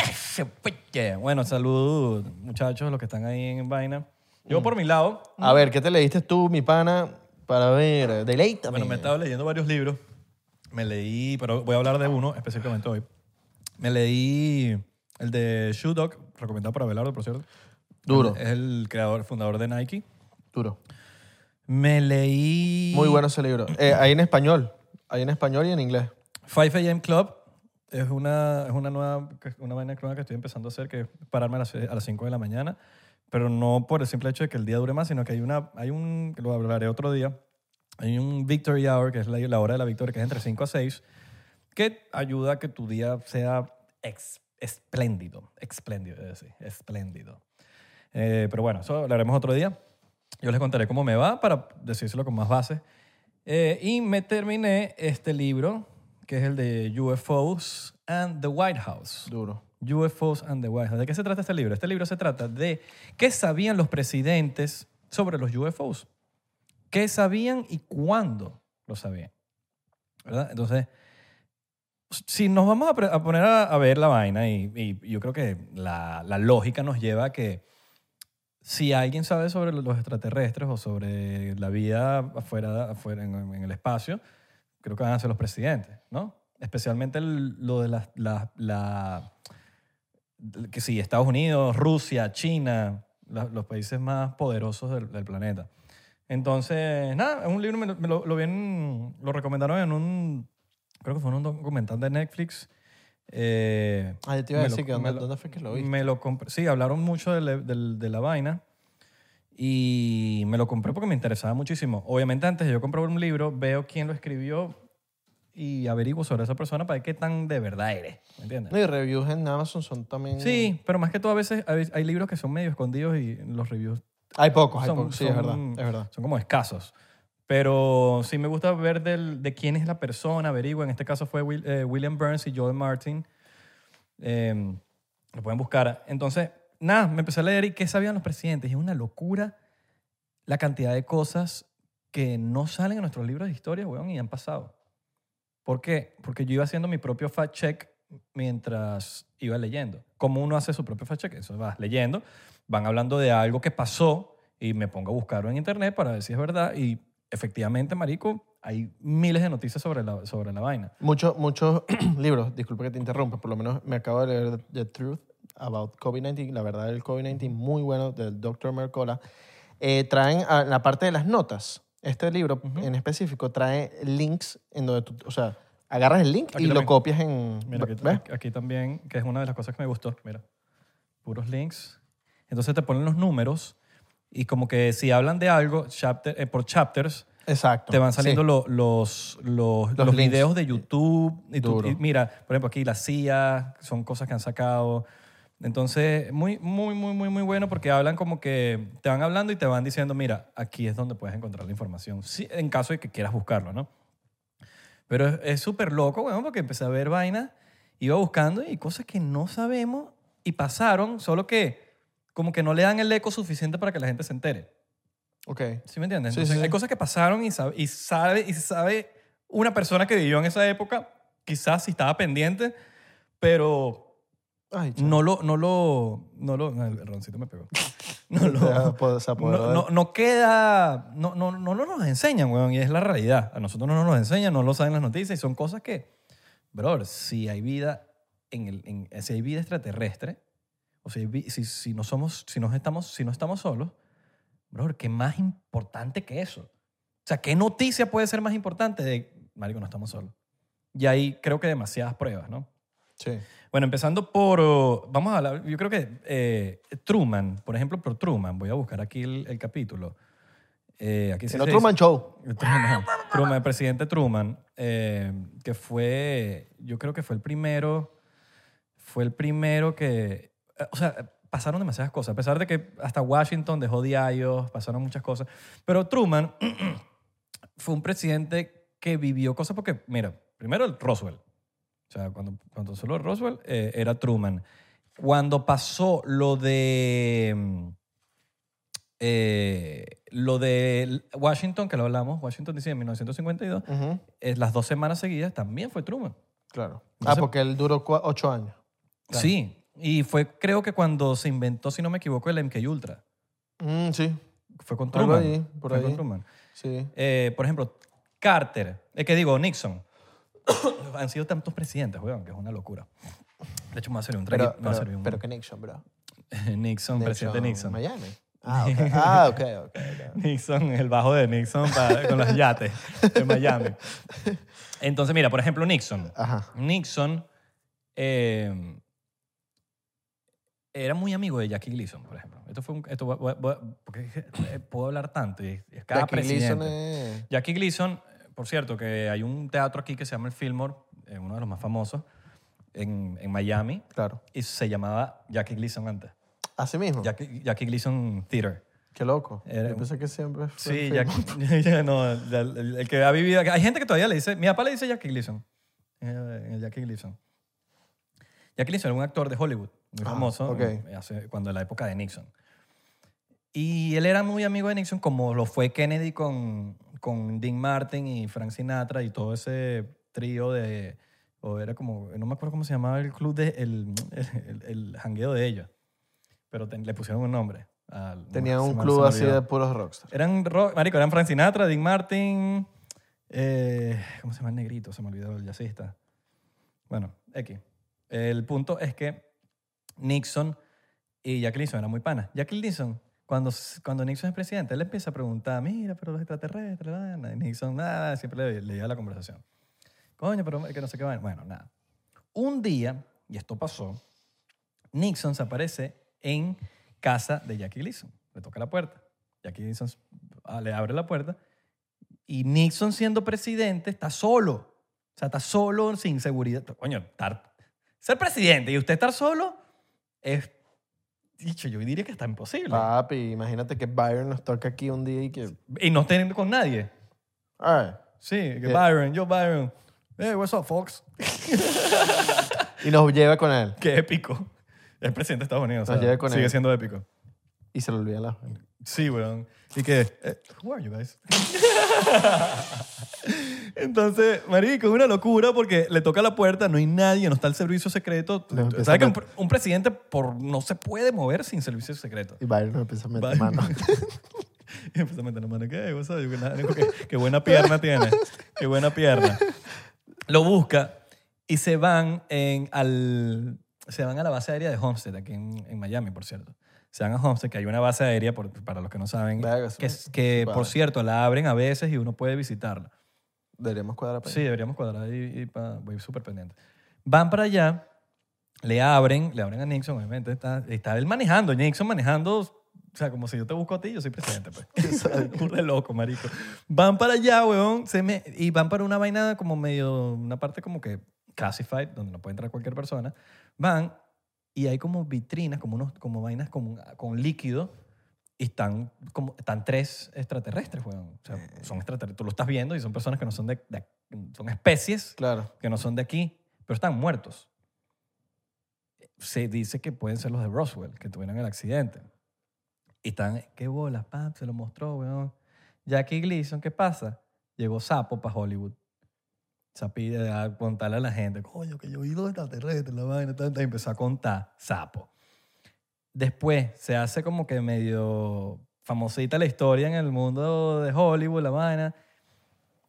Speaker 2: Bueno, salud, muchachos, los que están ahí en vaina.
Speaker 1: Mm.
Speaker 2: Yo, por mi lado,
Speaker 1: A ver, ¿qué te leíste tú, mi pana? Para ver, deleítame.
Speaker 2: Ah, bueno, me estaba leyendo varios libros. Me leí, pero voy a hablar de uno específicamente hoy. Me leí el de Shoe Dog, recomendado por Abelardo, por cierto.
Speaker 1: Duro,
Speaker 2: Es el creador, fundador de Nike.
Speaker 1: duro.
Speaker 2: Me leí...
Speaker 1: Muy bueno ese libro. Eh, hay en español. Hay en español y en inglés.
Speaker 2: 5 AM Club es una, es una nueva una vaina nueva que estoy empezando a hacer, que es pararme a las, a las 5 de la mañana, pero no por el simple hecho de que el día dure más, sino que hay una, hay un, que lo hablaré otro día, hay un Victory Hour, que es la, la hora de la victoria, que es entre 5 a 6, que ayuda a que tu día sea ex- espléndido, espléndido, es decir, espléndido. Eh, pero bueno, eso hablaremos otro día. Yo les contaré cómo me va para decírselo con más bases. Eh, y me terminé este libro, que es el de UFOs and the White House.
Speaker 1: Duro.
Speaker 2: UFOs and the White House. ¿De qué se trata este libro? Este libro se trata de qué sabían los presidentes sobre los UFOs. ¿Qué sabían y cuándo lo sabían? ¿Verdad? Entonces, si nos vamos a, pre- a poner a, a ver la vaina, y, y yo creo que la, la lógica nos lleva a que si alguien sabe sobre los extraterrestres o sobre la vida afuera, afuera en, en el espacio, creo que van a ser los presidentes, ¿no? Especialmente el- lo de las- la, la- que sí, Estados Unidos, Rusia, China, la- los países más poderosos del, del planeta. Entonces, nada, es un libro, me lo, me lo- lo vi en- lo recomendaron en un, creo que fue en un documental de Netflix. Eh,
Speaker 1: Ah, yo te iba a
Speaker 2: me
Speaker 1: decir que dónde-
Speaker 2: me
Speaker 1: dónde fue que lo viste.
Speaker 2: Me lo compré. Sí, hablaron mucho de, la- del- de la vaina y me lo compré porque me interesaba muchísimo. Obviamente, antes de yo comprar un libro, veo quién lo escribió y averiguo sobre esa persona para ver qué tan de verdad eres. ¿Me entiendes?
Speaker 1: No, y reviews en Amazon son también...
Speaker 2: Sí, pero más que todo a veces hay, hay libros que son medio escondidos y los reviews
Speaker 1: Hay pocos, hay
Speaker 2: son,
Speaker 1: pocos. Sí, es
Speaker 2: son-
Speaker 1: verdad, es verdad.
Speaker 2: son como escasos. Pero sí me gusta ver del- de quién es la persona, averigua. En este caso fue Will- eh, William Burns y Joel Martin. Eh, lo pueden buscar. Entonces, nada, me empecé a leer y qué sabían los presidentes. Y es una locura la cantidad de cosas que no salen en nuestros libros de historia, weón, y han pasado. ¿Por qué? Porque yo iba haciendo mi propio fact-check mientras iba leyendo. Como uno hace su propio fact-check? Eso vas leyendo, van hablando de algo que pasó y me pongo a buscarlo en internet para ver si es verdad. Y efectivamente, marico, hay miles de noticias sobre la, sobre la vaina.
Speaker 1: Muchos, muchos <clears throat> libros, disculpe que te interrumpa, por lo menos me acabo de leer The Truth About COVID-19, la verdad del COVID-19, muy bueno, del Dr. Mercola. Eh, traen, ah, en la parte de las notas, este libro en específico trae links en donde tú, o sea, agarras el link
Speaker 2: Aquí
Speaker 1: y lo
Speaker 2: también.
Speaker 1: copias en...
Speaker 2: Mira, aquí,
Speaker 1: ¿Ves?
Speaker 2: aquí también, que es una de las cosas que me gustó. Mira, puros links. Entonces te ponen los números y como que si hablan de algo chapter, eh, por chapters,
Speaker 1: Exacto.
Speaker 2: te van
Speaker 1: sí.
Speaker 2: saliendo lo- los, los,
Speaker 1: Los
Speaker 2: los
Speaker 1: links.
Speaker 2: videos de YouTube. Y tú-
Speaker 1: Duro.
Speaker 2: y mira, por ejemplo, aquí la CIA, son cosas que han sacado. Entonces, muy, muy, muy, muy, muy bueno porque hablan como que te van hablando y te van diciendo, mira, aquí es donde puedes encontrar la información, si- en caso de que quieras buscarlo, ¿no? Pero es- es súper loco, weón, porque empecé a ver vainas, iba buscando y cosas que no sabemos y pasaron, solo que como que no le dan el eco suficiente para que la gente se entere.
Speaker 1: Ok.
Speaker 2: ¿Sí me entiendes?
Speaker 1: Sí,
Speaker 2: Entonces,
Speaker 1: sí, sí.
Speaker 2: Hay cosas que pasaron y sabe, y sabe y sabe una persona que vivió en esa época, quizás si estaba pendiente, pero
Speaker 1: Ay, chao.
Speaker 2: no lo, no lo, no lo, no, el roncito me pegó. <laughs>
Speaker 1: <laughs>
Speaker 2: No
Speaker 1: Se
Speaker 2: lo,
Speaker 1: apo- se apoderó
Speaker 2: no,
Speaker 1: de-
Speaker 2: no, no queda, no, no, no lo nos enseñan, weón, y es la realidad. A nosotros no nos enseñan, no lo saben las noticias y son cosas que, brother, si hay vida, en el, en, si hay vida extraterrestre, o O sea, vi- si, si no somos, si no estamos, si no estamos solos, brother, ¿qué más importante que eso? O sea, ¿qué noticia puede ser más importante de, marico, no estamos solos? Y ahí creo que demasiadas pruebas, ¿no?
Speaker 1: Sí.
Speaker 2: Bueno, empezando por, oh, vamos a hablar, yo creo que eh, Truman, por ejemplo, por Truman, voy a buscar aquí el, el capítulo. Eh, aquí sí
Speaker 1: El
Speaker 2: se
Speaker 1: otro Truman Show.
Speaker 2: dice- <laughs> Truman, Truman, el presidente Truman, eh, que fue, yo creo que fue el primero, fue el primero que, eh, o sea, pasaron demasiadas cosas, a pesar de que hasta Washington dejó diarios, pasaron muchas cosas, pero Truman <clears throat> fue un presidente que vivió cosas porque, mira, primero el Roswell, o sea, cuando, cuando solo Roswell eh, era Truman. Cuando pasó lo de. mm, eh, lo de Washington, que lo hablamos, Washington DC en 1952,
Speaker 1: Ujú,
Speaker 2: eh, las dos semanas seguidas también fue Truman.
Speaker 1: Claro. Ah,
Speaker 2: Entonces-
Speaker 1: porque él duró cua- ocho años. Claro.
Speaker 2: Sí. Y fue, creo que cuando se inventó, si no me equivoco, el MK Ultra.
Speaker 1: Mm, sí,
Speaker 2: Fue con
Speaker 1: Algo
Speaker 2: Truman.
Speaker 1: ahí, por
Speaker 2: Fue con
Speaker 1: ahí.
Speaker 2: Truman.
Speaker 1: sí.
Speaker 2: Eh, por ejemplo, Carter, es que digo, Nixon. <coughs> Han sido tantos presidentes, weón, que es una locura. De hecho, me va a servir un trago.
Speaker 1: Pero,
Speaker 2: me va a
Speaker 1: pero,
Speaker 2: servir un-
Speaker 1: pero que Nixon, bro.
Speaker 2: <laughs> Nixon, presidente Nixon. <laughs>
Speaker 1: Miami. Ah, ok. Ah, ok, ok, ok.
Speaker 2: Nixon, el bajo de Nixon para- con los yates
Speaker 1: <laughs>
Speaker 2: en Miami. Entonces, mira, por ejemplo, Nixon.
Speaker 1: Ajá.
Speaker 2: Nixon eh, era muy amigo de Jackie Gleason, por ejemplo. Esto fue un- esto voy- voy- voy- porque es que, eh, puedo hablar tanto y es cada
Speaker 1: Jackie
Speaker 2: presidente.
Speaker 1: Gleason es-
Speaker 2: Jackie Gleason, por cierto, que hay un teatro aquí que se llama el Fillmore, eh, uno de los más famosos, en, en Miami,
Speaker 1: Claro.
Speaker 2: y se llamaba Jackie Gleason antes.
Speaker 1: Así mismo.
Speaker 2: Jackie, Jackie Gleason Theater.
Speaker 1: Qué loco.
Speaker 2: Era
Speaker 1: Yo
Speaker 2: un-
Speaker 1: pensé que siempre fue
Speaker 2: Sí,
Speaker 1: el <laughs>
Speaker 2: Jackie. <laughs> ya no, ya el, el que ha vivido. Hay gente que todavía le dice. Mi papá le dice Jackie Gleason. eh, eh, Jackie Gleason. Jackie Gleason era un actor de Hollywood, muy
Speaker 1: Ah,
Speaker 2: famoso,
Speaker 1: ok.
Speaker 2: eh, hace- cuando en la época de Nixon. Y él era muy amigo de Nixon, como lo fue Kennedy con, con Dean Martin y Frank Sinatra y todo ese trío de. O era como. No me acuerdo cómo se llamaba el club de. El, el, el jangueo de ellos. Pero ten- le pusieron un nombre. al-
Speaker 1: Tenía
Speaker 2: se
Speaker 1: un
Speaker 2: me- se
Speaker 1: club
Speaker 2: me
Speaker 1: así
Speaker 2: olvidó.
Speaker 1: de puros rockstars.
Speaker 2: Eran, rock, marico, eran Frank Sinatra, Dean Martin, eh, ¿cómo se llama el negrito? Se me olvidó el jazzista. Bueno, X. El punto es que Nixon y Jack Nixon eran muy panas. Jack Nixon, cuando, s- cuando Nixon es presidente, él empieza a preguntar, mira, pero los extraterrestres, la vaina". Y Nixon, nada, siempre le, le lleva la conversación. Coño, pero que no sé qué vaina. Bueno, nada. Un día, y esto pasó, Nixon se aparece en casa de Jackie Gleason. Le toca la puerta. Jackie Gleason ah, le abre la puerta. Y Nixon, siendo presidente, está solo. O sea, está solo, sin seguridad. Coño, estar- ser presidente y usted estar solo es. Dicho, yo diría que está imposible.
Speaker 1: Papi, imagínate que Byron nos toca aquí un día y que...
Speaker 2: Y no estar con nadie.
Speaker 1: All right.
Speaker 2: Sí, que
Speaker 1: Eh.
Speaker 2: Byron, yo Byron. Hey, what's up, Fox? <laughs>
Speaker 1: Y nos lleva con él.
Speaker 2: Qué épico. El presidente de Estados Unidos. o
Speaker 1: Nos
Speaker 2: sea,
Speaker 1: lleva con
Speaker 2: sigue
Speaker 1: él.
Speaker 2: siendo épico.
Speaker 1: Y se lo olvida la...
Speaker 2: Sí, weón. Y que, eh, who are you guys? <laughs> Entonces, marico, es una locura porque le toca la puerta, no hay nadie, no está el servicio secreto.
Speaker 1: Le empieza
Speaker 2: ¿Sabes que
Speaker 1: a
Speaker 2: un, pre- un presidente por, no se puede mover sin servicio secreto? <laughs>
Speaker 1: Y Byron nos empieza a meter
Speaker 2: Byron. <laughs>
Speaker 1: mano.
Speaker 2: Y empezó a meter la mano, ¿qué? ¿Vos sabés? Yo, nada, digo, qué- qué buena pierna tiene, qué buena pierna. Lo busca y se van, en, al, se van a la base aérea de Homestead, aquí en, en Miami, por cierto. Se van a Homestead, que hay una base aérea, por- para los que no saben,
Speaker 1: Verga, eso
Speaker 2: que,
Speaker 1: es
Speaker 2: es- que
Speaker 1: padre.
Speaker 2: por cierto la abren a veces y uno puede visitarla.
Speaker 1: Deberíamos cuadrar para
Speaker 2: Sí, deberíamos cuadrar ahí, y pa- voy súper pendiente. Van para allá, le abren, le abren a Nixon, obviamente, está, está él manejando, Nixon manejando, o sea, como si yo te busco a ti, yo soy presidente,
Speaker 1: <laughs>
Speaker 2: pues. <laughs> Un de loco, marico. Van para allá, weón, se me, y van para una vaina como medio, una parte como que classified, donde no puede entrar cualquier persona. Van y hay como vitrinas, como, unos, como vainas como un- con líquido, y están, como, están tres extraterrestres, weón. O sea,
Speaker 1: Eh.
Speaker 2: son extraterrestres, tú lo estás viendo y son personas que no son de- de son especies
Speaker 1: Claro.
Speaker 2: que no son de aquí, pero están muertos. Se dice que pueden ser los de Roswell, que tuvieron el accidente. Y están, qué bolas, pam, se lo mostró, weón. Jackie Gleason, ¿qué pasa? Llegó sapo para Hollywood. Sapi a contarle a la gente, coño, que yo vi dos extraterrestres, la vaina, tanta, y empezó a contar sapo. Después se hace como que medio famosita la historia en el mundo de Hollywood, la vaina.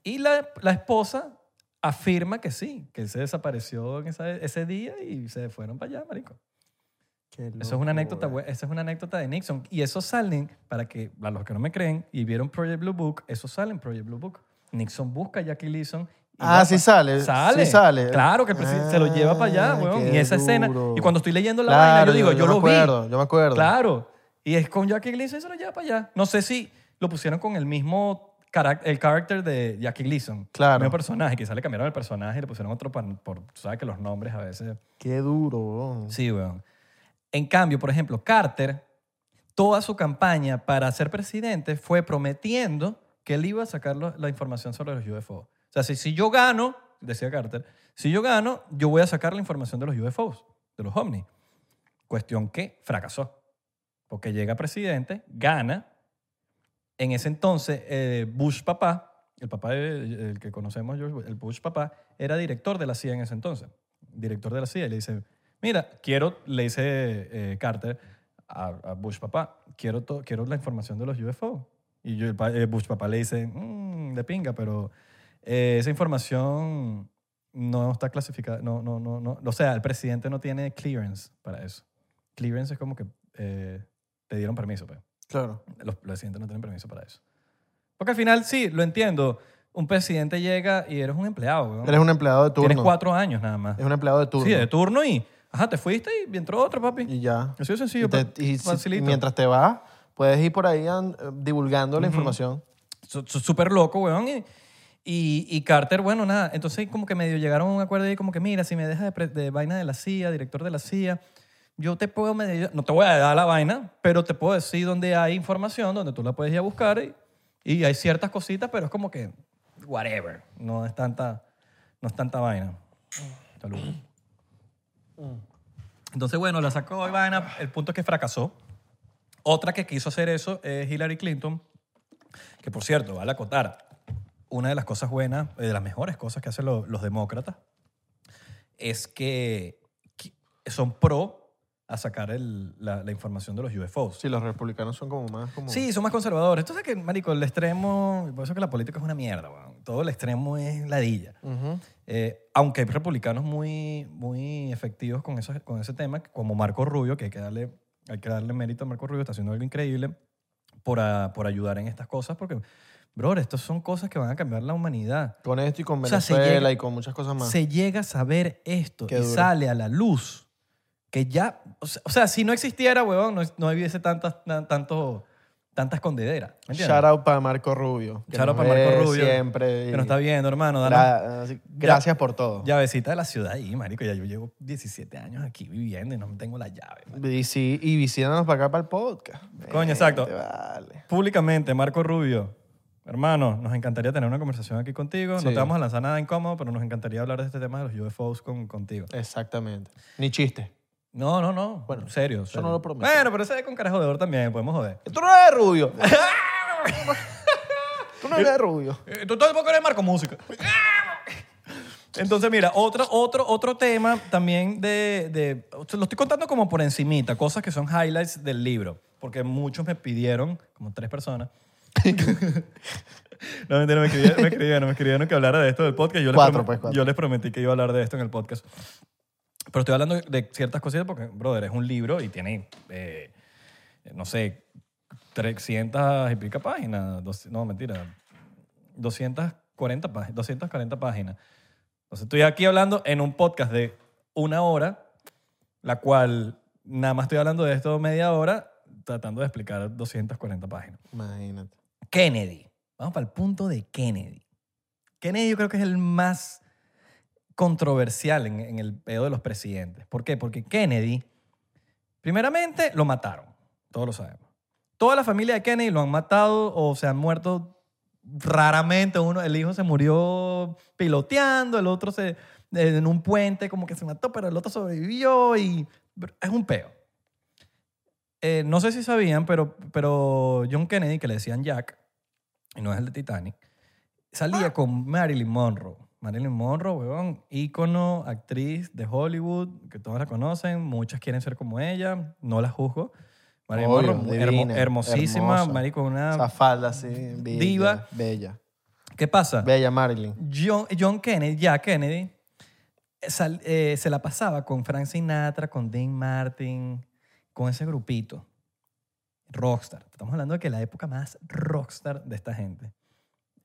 Speaker 2: Y la, la esposa afirma que sí, que él se desapareció en esa- ese día y se fueron para allá, marico. Eso es una anécdota, bue- esa es una anécdota de Nixon. Y eso salen, para que a los que no me creen y vieron Project Blue Book, eso sale en Project Blue Book. Nixon busca a Jackie Leeson. y
Speaker 1: Ah,
Speaker 2: la-
Speaker 1: sí sale. sí
Speaker 2: Sale.
Speaker 1: sale.
Speaker 2: Claro que el presi- se lo lleva para allá,
Speaker 1: Ah,
Speaker 2: weón.
Speaker 1: qué
Speaker 2: Y esa escena.
Speaker 1: duro.
Speaker 2: Y cuando estoy leyendo la
Speaker 1: Claro,
Speaker 2: vaina, yo digo, yo,
Speaker 1: me
Speaker 2: lo
Speaker 1: acuerdo,
Speaker 2: vi.
Speaker 1: Yo me acuerdo.
Speaker 2: Claro. Y es con Jackie Gleason se lo lleva para allá. No sé si lo pusieron con el mismo carac- el carácter de Jackie Gleason.
Speaker 1: Claro.
Speaker 2: El mismo personaje. Quizás le cambiaron el personaje y le pusieron otro pan- por, tú sabes que los nombres a veces.
Speaker 1: Qué duro, weón.
Speaker 2: Sí, weón. En cambio, por ejemplo, Carter, toda su campaña para ser presidente fue prometiendo que él iba a sacar lo- la información sobre los UFOs. O sea, si, si yo gano, decía Carter, si yo gano, yo voy a sacar la información de los UFOs, de los ovnis. Cuestión que fracasó. Porque llega presidente, gana. En ese entonces, eh, Bush papá, el papá de- el que conocemos, George Bush, el Bush papá, era director de la CIA en ese entonces. Director de la CIA. Y le dice, mira, quiero, le dice eh, Carter a, a Bush papá, quiero, to- quiero la información de los UFO. Y yo- el pa- eh, Bush papá le dice, "Mm, de pinga, pero eh, esa información no está clasificada. No, no, no, no. O sea, el presidente no tiene clearance para eso. Clearance es como que eh, te dieron permiso, pues.
Speaker 1: Claro.
Speaker 2: Los presidentes no tienen permiso para eso. Porque al final, sí, lo entiendo. Un presidente llega y eres un empleado, weón.
Speaker 1: Eres un empleado de turno.
Speaker 2: Tienes cuatro años nada más.
Speaker 1: Es un empleado de turno.
Speaker 2: Sí, de turno y... Ajá, te fuiste y entró otro, papi.
Speaker 1: Y ya.
Speaker 2: Así de
Speaker 1: Y,
Speaker 2: sencillo,
Speaker 1: te-
Speaker 2: pa-
Speaker 1: y si-
Speaker 2: facilito.
Speaker 1: mientras te vas, puedes ir por ahí an- divulgando la información.
Speaker 2: Su- su- Súper loco, weón. Y, y, y Carter, bueno, nada. Entonces, como que medio llegaron a un acuerdo y como que, mira, si me dejas de, pre- de vaina de la CIA, director de la CIA, yo te puedo medio... No te voy a dar la vaina, pero te puedo decir dónde hay información, donde tú la puedes ir a buscar y, y hay ciertas cositas, pero es como que, whatever. No es tanta, no es tanta vaina. Salud.
Speaker 1: Mm.
Speaker 2: Entonces, bueno, la sacó y vaina. El punto es que fracasó. Otra que quiso hacer eso es Hillary Clinton, que por cierto, vale acotar, una de las cosas buenas, eh, de las mejores cosas que hacen lo- los demócratas, es que qui- son pro a sacar el- la, la información de los UFOs.
Speaker 1: Sí, los republicanos son como más como...
Speaker 2: Sí, son más conservadores. Entonces, que, marico, el extremo... Por eso que la política es una mierda, weón. Todo el extremo es ladilla.
Speaker 1: Ujú.
Speaker 2: Eh, aunque hay republicanos muy, muy efectivos con, eso, con ese tema, como Marco Rubio, que hay que darle, hay que darle mérito a Marco Rubio, está haciendo algo increíble por, a- por ayudar en estas cosas, porque, bro, estas son cosas que van a cambiar la humanidad.
Speaker 1: Con esto y con
Speaker 2: O sea, se
Speaker 1: Venezuela
Speaker 2: llega-
Speaker 1: y con muchas cosas más.
Speaker 2: Se llega a saber esto
Speaker 1: Qué
Speaker 2: y
Speaker 1: duro.
Speaker 2: sale a la luz que ya, o sea, o sea, si no existiera, huevón, no, no hubiese tantas, tan- tanto, tantas escondederas. ¿me entiendes?
Speaker 1: Shout out para Marco Rubio. que
Speaker 2: Shout out
Speaker 1: nos
Speaker 2: para Marco
Speaker 1: ve
Speaker 2: Rubio,
Speaker 1: Siempre. y-
Speaker 2: Que nos está viendo, hermano. danos-
Speaker 1: Gra- así- Gracias por todo.
Speaker 2: Llavecita de la ciudad ahí, marico. Ya yo llevo 17 años aquí viviendo y no tengo la llave. marico.
Speaker 1: Y, sí, y visítanos para acá para el podcast.
Speaker 2: Coño, exacto.
Speaker 1: Vente, Vale.
Speaker 2: Públicamente, Marco Rubio, hermano, nos encantaría tener una conversación aquí contigo. No
Speaker 1: Sí.
Speaker 2: te vamos a lanzar nada incómodo, pero nos encantaría hablar de este tema de los UFOs con, contigo.
Speaker 1: Exactamente. Ni chiste.
Speaker 2: No, no, no. Bueno, serio. serio.
Speaker 1: no lo prometo.
Speaker 2: Bueno, pero ese es con carajo de oro también, podemos joder.
Speaker 1: Tú no eres <laughs> rubio. Tú no eres rubio.
Speaker 2: Eh, Tú tampoco eres Marco Música. Entonces, mira, otro, otro, otro tema también de, de- Lo estoy contando como por encimita, cosas que son highlights del libro, porque muchos me pidieron, como tres personas... <laughs> no, mentira, me escribieron, me escribieron, me escribieron que hablara de esto del podcast. Yo les,
Speaker 1: Cuatro,
Speaker 2: promet-
Speaker 1: pues, cuatro.
Speaker 2: yo les prometí que iba a hablar de esto en el podcast. Pero estoy hablando de ciertas cositas porque, brother, es un libro y tiene, eh, no sé, 300 y pica páginas. dos- no, mentira. 240 páginas. 240 páginas. Entonces estoy aquí hablando en un podcast de una hora, la cual nada más estoy hablando de esto media hora, tratando de explicar 240 páginas.
Speaker 1: Imagínate.
Speaker 2: Kennedy. Vamos para el punto de Kennedy. Kennedy yo creo que es el más controversial en, en el pedo de los presidentes. ¿Por qué? Porque Kennedy, primeramente, lo mataron. Todos lo sabemos. Toda la familia de Kennedy lo han matado o se han muerto raramente. Uno, el hijo se murió piloteando, el otro se, en un puente como que se mató, pero el otro sobrevivió y es un peo. Eh, no sé si sabían, pero, pero John Kennedy, que le decían Jack, y no es el de Titanic,
Speaker 1: Ah.
Speaker 2: salía con Marilyn Monroe. Marilyn Monroe, weón, ícono, actriz de Hollywood, que todos la conocen, muchas quieren ser como ella, no la juzgo. Marilyn
Speaker 1: Obvio,
Speaker 2: Monroe,
Speaker 1: divina,
Speaker 2: hermo- hermosísima,
Speaker 1: hermosa.
Speaker 2: marico, una...
Speaker 1: Esa falda así. Bella,
Speaker 2: Diva.
Speaker 1: Bella.
Speaker 2: ¿Qué pasa?
Speaker 1: Bella Marilyn.
Speaker 2: John, John Kennedy, eh, ya Kennedy, sal- eh, se la pasaba con Frank Sinatra, con Dean Martin, con ese grupito. Rockstar. Estamos hablando de que la época más rockstar de esta gente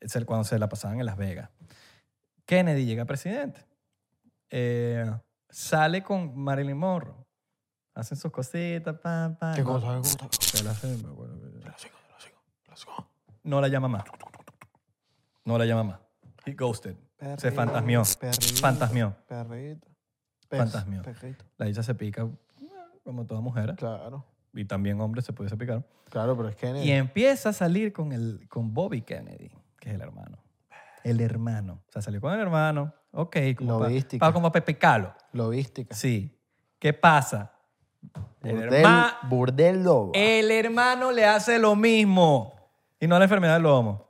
Speaker 2: es el cuando se la pasaban en Las Vegas. Kennedy llega presidente. Eh, sale con Marilyn Monroe. Hacen sus cositas, pa, pa.
Speaker 1: ¿Qué
Speaker 2: No,
Speaker 1: cosa? ¿Qué cosa?
Speaker 2: se la hacen, me acuerdo.
Speaker 1: Te lo sigo, te lo sigo, te lo sigo.
Speaker 2: No la llama más. No la llama más. He ghosted. Se fantasmió.
Speaker 1: Perrito.
Speaker 2: Fantasmió.
Speaker 1: Perrito.
Speaker 2: Fantasmió.
Speaker 1: Perrito.
Speaker 2: La dicha se pica eh, como toda mujer.
Speaker 1: Claro.
Speaker 2: Y también hombres se pudiese picar.
Speaker 1: Claro, pero es Kennedy.
Speaker 2: Y empieza a salir con, el, con Bobby Kennedy, que es el hermano. El hermano. O sea, salió con el hermano. Ok, como para
Speaker 1: Novística.
Speaker 2: como pa pecalo.
Speaker 1: Lobística.
Speaker 2: Sí. ¿Qué pasa? El,
Speaker 1: Burdel,
Speaker 2: herma-
Speaker 1: burdel lobo.
Speaker 2: el hermano le hace lo mismo. Y no la enfermedad del lomo.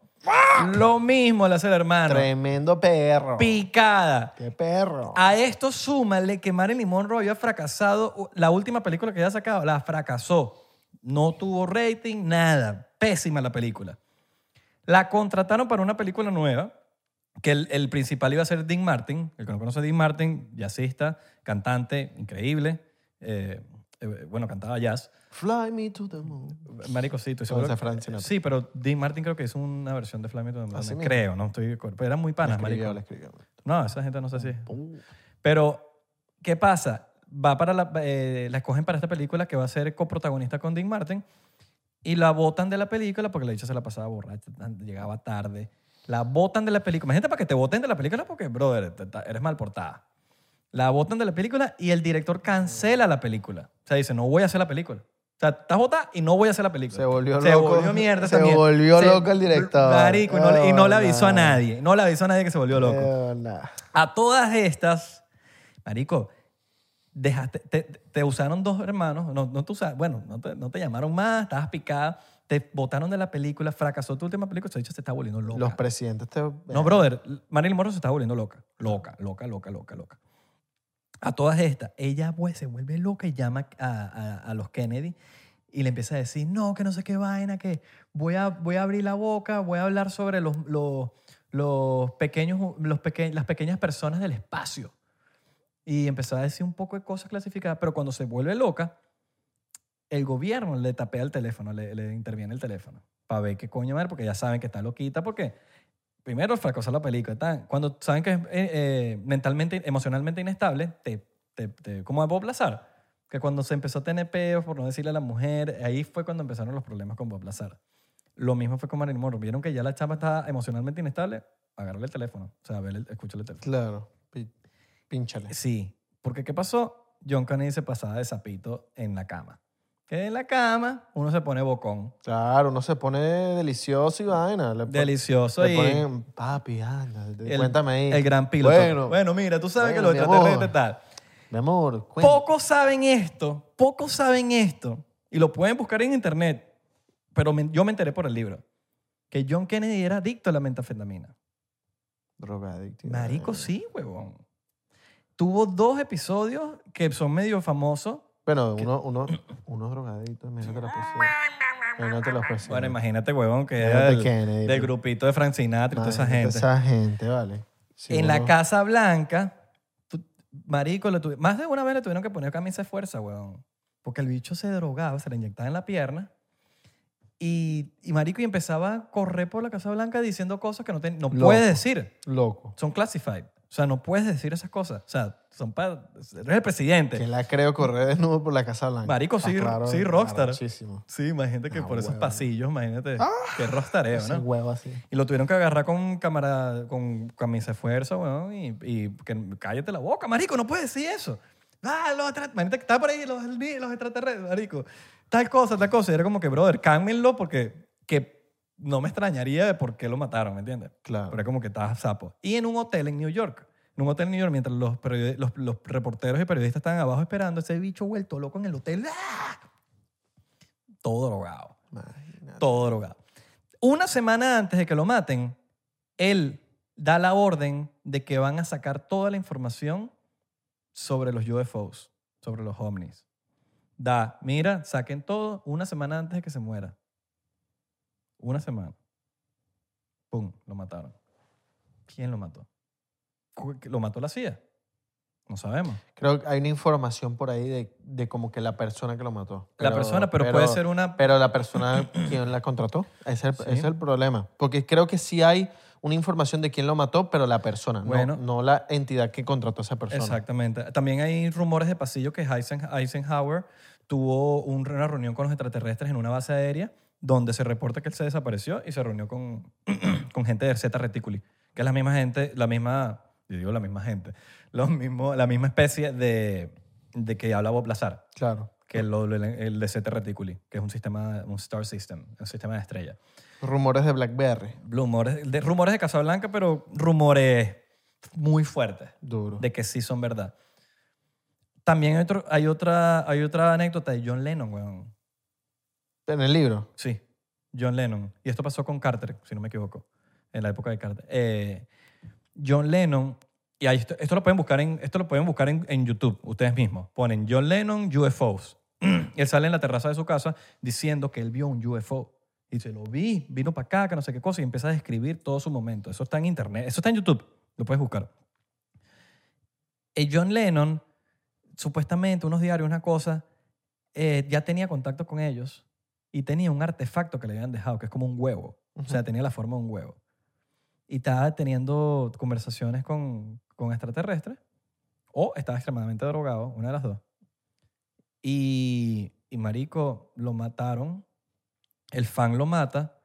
Speaker 2: Lo mismo le hace el hermano.
Speaker 1: Tremendo perro.
Speaker 2: Picada.
Speaker 1: Qué perro.
Speaker 2: A esto súmale que Marilyn Monroe había fracasado. La última película que había sacado, la fracasó. No tuvo rating, nada. Pésima la película. La contrataron para una película nueva, que el, el principal iba a ser Dean Martin. El que no conoce a Dean Martin, jazzista, cantante, increíble. eh, eh, bueno, cantaba jazz.
Speaker 1: Fly me to the moon.
Speaker 2: Marico, sí, estoy
Speaker 1: Todo
Speaker 2: seguro.
Speaker 1: ese Frank Sinatra. Ah,
Speaker 2: sí, pero Dean Martin creo que hizo una versión de Flaming Totem
Speaker 1: Así mismo.
Speaker 2: Creo, no estoy de acuerdo. Pero eran muy panas,
Speaker 1: Le escribió,
Speaker 2: marico.
Speaker 1: le escribió.
Speaker 2: No, esa gente no sé si...
Speaker 1: Uh,
Speaker 2: Pero, ¿qué pasa? Va para la, eh, la escogen para esta película que va a ser coprotagonista con Dean Martin y la botan de la película porque la dicha se la pasaba borracha, tan- llegaba tarde. La botan de la película. Imagínate para que te boten de la película porque, brother, te- te- eres mal portada. La botan de la película y el director cancela la película. O sea, dice, no voy a hacer la película. O sea, estás botada y no voy a hacer la película.
Speaker 1: Se volvió
Speaker 2: se
Speaker 1: loco. <laughs>
Speaker 2: volvió mierda esa
Speaker 1: Se
Speaker 2: mierda.
Speaker 1: volvió loco el director. Oh,
Speaker 2: Marico, y no, le- y no le avisó a
Speaker 1: Hola.
Speaker 2: nadie. No le avisó a nadie que se volvió loco.
Speaker 1: eh, nah.
Speaker 2: A todas estas, Marico, dejaste, te, te usaron dos hermanos, no, no te usaron, bueno, no te, no te llamaron más, estabas picada, te botaron de la película, fracasó tu última película, se dicho, se está volviendo loca.
Speaker 1: Los presidentes te.
Speaker 2: no, brother, Marilyn Monroe se está volviendo loca, loca, loca, loca, loca, loca. A todas estas, ella pues, se vuelve loca y llama a, a- a los Kennedy y le empieza a decir, no, que no sé qué vaina, que voy a, voy a abrir la boca, voy a hablar sobre los, los, los pequeños, los peque- las pequeñas personas del espacio. Y empezó a decir un poco de cosas clasificadas, pero cuando se vuelve loca, el gobierno le tapea el teléfono, le, le interviene el teléfono para ver qué coño madre, porque ya saben que está loquita, porque primero fracasó la película. tan- Cuando saben que es eh, eh, mentalmente, emocionalmente inestable, te, te, te- como a Bob Lazar, que cuando se empezó a tener peos, por no decirle a la mujer, ahí fue cuando empezaron los problemas con Bob Lazar. Lo mismo fue con Marilyn Monroe. Vieron que ya la chapa estaba emocionalmente inestable, agarrarle el teléfono, o sea, verle, escúchale el teléfono.
Speaker 1: Claro. Pi- Pínchale.
Speaker 2: Sí, porque ¿qué pasó? John Kennedy se pasaba de sapito en la cama. Que en la cama uno se pone bocón.
Speaker 1: Claro, uno se pone delicioso y vaina. Le pon-
Speaker 2: Delicioso
Speaker 1: le
Speaker 2: y
Speaker 1: ponen, papi, anda,
Speaker 2: el,
Speaker 1: cuéntame ahí.
Speaker 2: el gran piloto.
Speaker 1: Bueno,
Speaker 2: Bueno, mira, tú sabes
Speaker 1: bueno,
Speaker 2: que
Speaker 1: mi
Speaker 2: los
Speaker 1: amor.
Speaker 2: extraterrestres tal.
Speaker 1: mi amor, cuéntame.
Speaker 2: Pocos saben esto, pocos saben esto, y lo pueden buscar en internet, pero me- yo me enteré por el libro, que John Kennedy era adicto a la metafetamina.
Speaker 1: Drogadicto.
Speaker 2: Marico, sí, huevón. Tuvo dos episodios que son medio famosos.
Speaker 1: Bueno, uno, uno, unos drogaditos, mira, te los presiono. Mira, te los presiono.
Speaker 2: Bueno, imagínate, huevón, que
Speaker 1: Imagínate
Speaker 2: era el-
Speaker 1: Kennedy,
Speaker 2: del
Speaker 1: pues.
Speaker 2: grupito de Frank Sinatra y toda esa
Speaker 1: Imagínate
Speaker 2: gente.
Speaker 1: Esa gente, vale. Sí,
Speaker 2: en la
Speaker 1: uno-
Speaker 2: Casa Blanca, tú- marico, le tuvi- más de una vez le tuvieron que poner camisa de fuerza, weón. Porque el bicho se drogaba, se le inyectaba en la pierna. Y, y marico, y empezaba a correr por la Casa Blanca diciendo cosas que no, te- no
Speaker 1: Loco.
Speaker 2: puedes decir.
Speaker 1: Loco.
Speaker 2: Son classified. O sea, no puedes decir esas cosas. O sea, son para... Eres el presidente.
Speaker 1: Que la creo correr desnudo por la Casa Blanca. Ah,
Speaker 2: Marico,
Speaker 1: Está
Speaker 2: sí, sí, rockstar.
Speaker 1: arrechísimo.
Speaker 2: Sí, imagínate que
Speaker 1: Ah,
Speaker 2: por esos
Speaker 1: huevón.
Speaker 2: pasillos, imagínate. Qué rostareo, ¿no?
Speaker 1: Ese huevo así.
Speaker 2: Y lo tuvieron que agarrar con cámara, con camisa de fuerza, weón, y, y que cállate la boca, marico, no puedes decir eso. Ah, los extra- imagínate que está por ahí los, los extraterrestres, marico. Tal cosa, tal cosa. Y era como que, brother, cámbienlo porque que no me extrañaría de por qué lo mataron, ¿me entiendes?
Speaker 1: Claro.
Speaker 2: Pero es como que estaba sapo. Y en un hotel en New York. En un hotel en New York, mientras los, periodi- los, los reporteros y periodistas estaban abajo esperando, ese bicho vuelto loco en el hotel. ¡ah! Todo drogado
Speaker 1: Imagínate.
Speaker 2: todo drogado. Una semana antes de que lo maten, él da la orden de que van a sacar toda la información sobre los UFOs, sobre los ovnis. Da, mira, saquen todo una semana antes de que se muera. Una semana. Pum, lo mataron. ¿Quién lo mató? Cu- Lo mató la CIA. No sabemos.
Speaker 1: Creo que hay una información por ahí de, de como que la persona que lo mató.
Speaker 2: la persona, pero, puede ser una...
Speaker 1: Pero la
Speaker 2: <coughs>
Speaker 1: persona, ¿quién la contrató? Ese es el,
Speaker 2: Sí.
Speaker 1: ese es el problema. Porque creo que sí hay una información de quién lo mató, pero la persona, no-
Speaker 2: Bueno.
Speaker 1: no, la entidad que contrató a esa persona.
Speaker 2: Exactamente. También hay rumores de pasillo que Eisen- Eisenhower tuvo un- una reunión con los extraterrestres en una base aérea donde se reporta que él se desapareció y se reunió con, <clears throat> con gente de Zeta Reticuli, que es la misma gente, la misma, yo digo la misma gente, <laughs> los mismo, la misma especie de, de que habla Bob Lazar,
Speaker 1: Claro.
Speaker 2: que es lo- lo- el de Zeta Reticuli, que es un sistema, un star system, un sistema de estrellas.
Speaker 1: Rumores de BlackBerry.
Speaker 2: Rumores de, rumores de Casablanca, pero rumores muy fuertes
Speaker 1: Duro.
Speaker 2: de que sí son verdad. También hay, otro- hay, otra, hay otra anécdota de John Lennon, weón.
Speaker 1: En el libro.
Speaker 2: Sí, John Lennon. Y esto pasó con Carter, si no me equivoco, en la época de Carter. Eh, John Lennon, y ahí esto, esto lo pueden buscar, en, esto lo pueden buscar en, en YouTube, ustedes mismos. Ponen John Lennon UFOs. <clears throat> él sale en la terraza de su casa diciendo que él vio un UFO. Y dice, lo vi, vino para acá, que no sé qué cosa, y empieza a describir todo su momento. Eso está en internet, eso está en YouTube, lo puedes buscar. Eh, John Lennon, supuestamente, unos diarios, una cosa, eh, ya tenía contacto con ellos y tenía un artefacto que le habían dejado, que es como un huevo. O sea,
Speaker 1: Ujú.
Speaker 2: tenía la forma de un huevo. Y estaba teniendo conversaciones con, con extraterrestres o estaba extremadamente drogado, una de las dos. Y, y Marico lo mataron, el fan lo mata,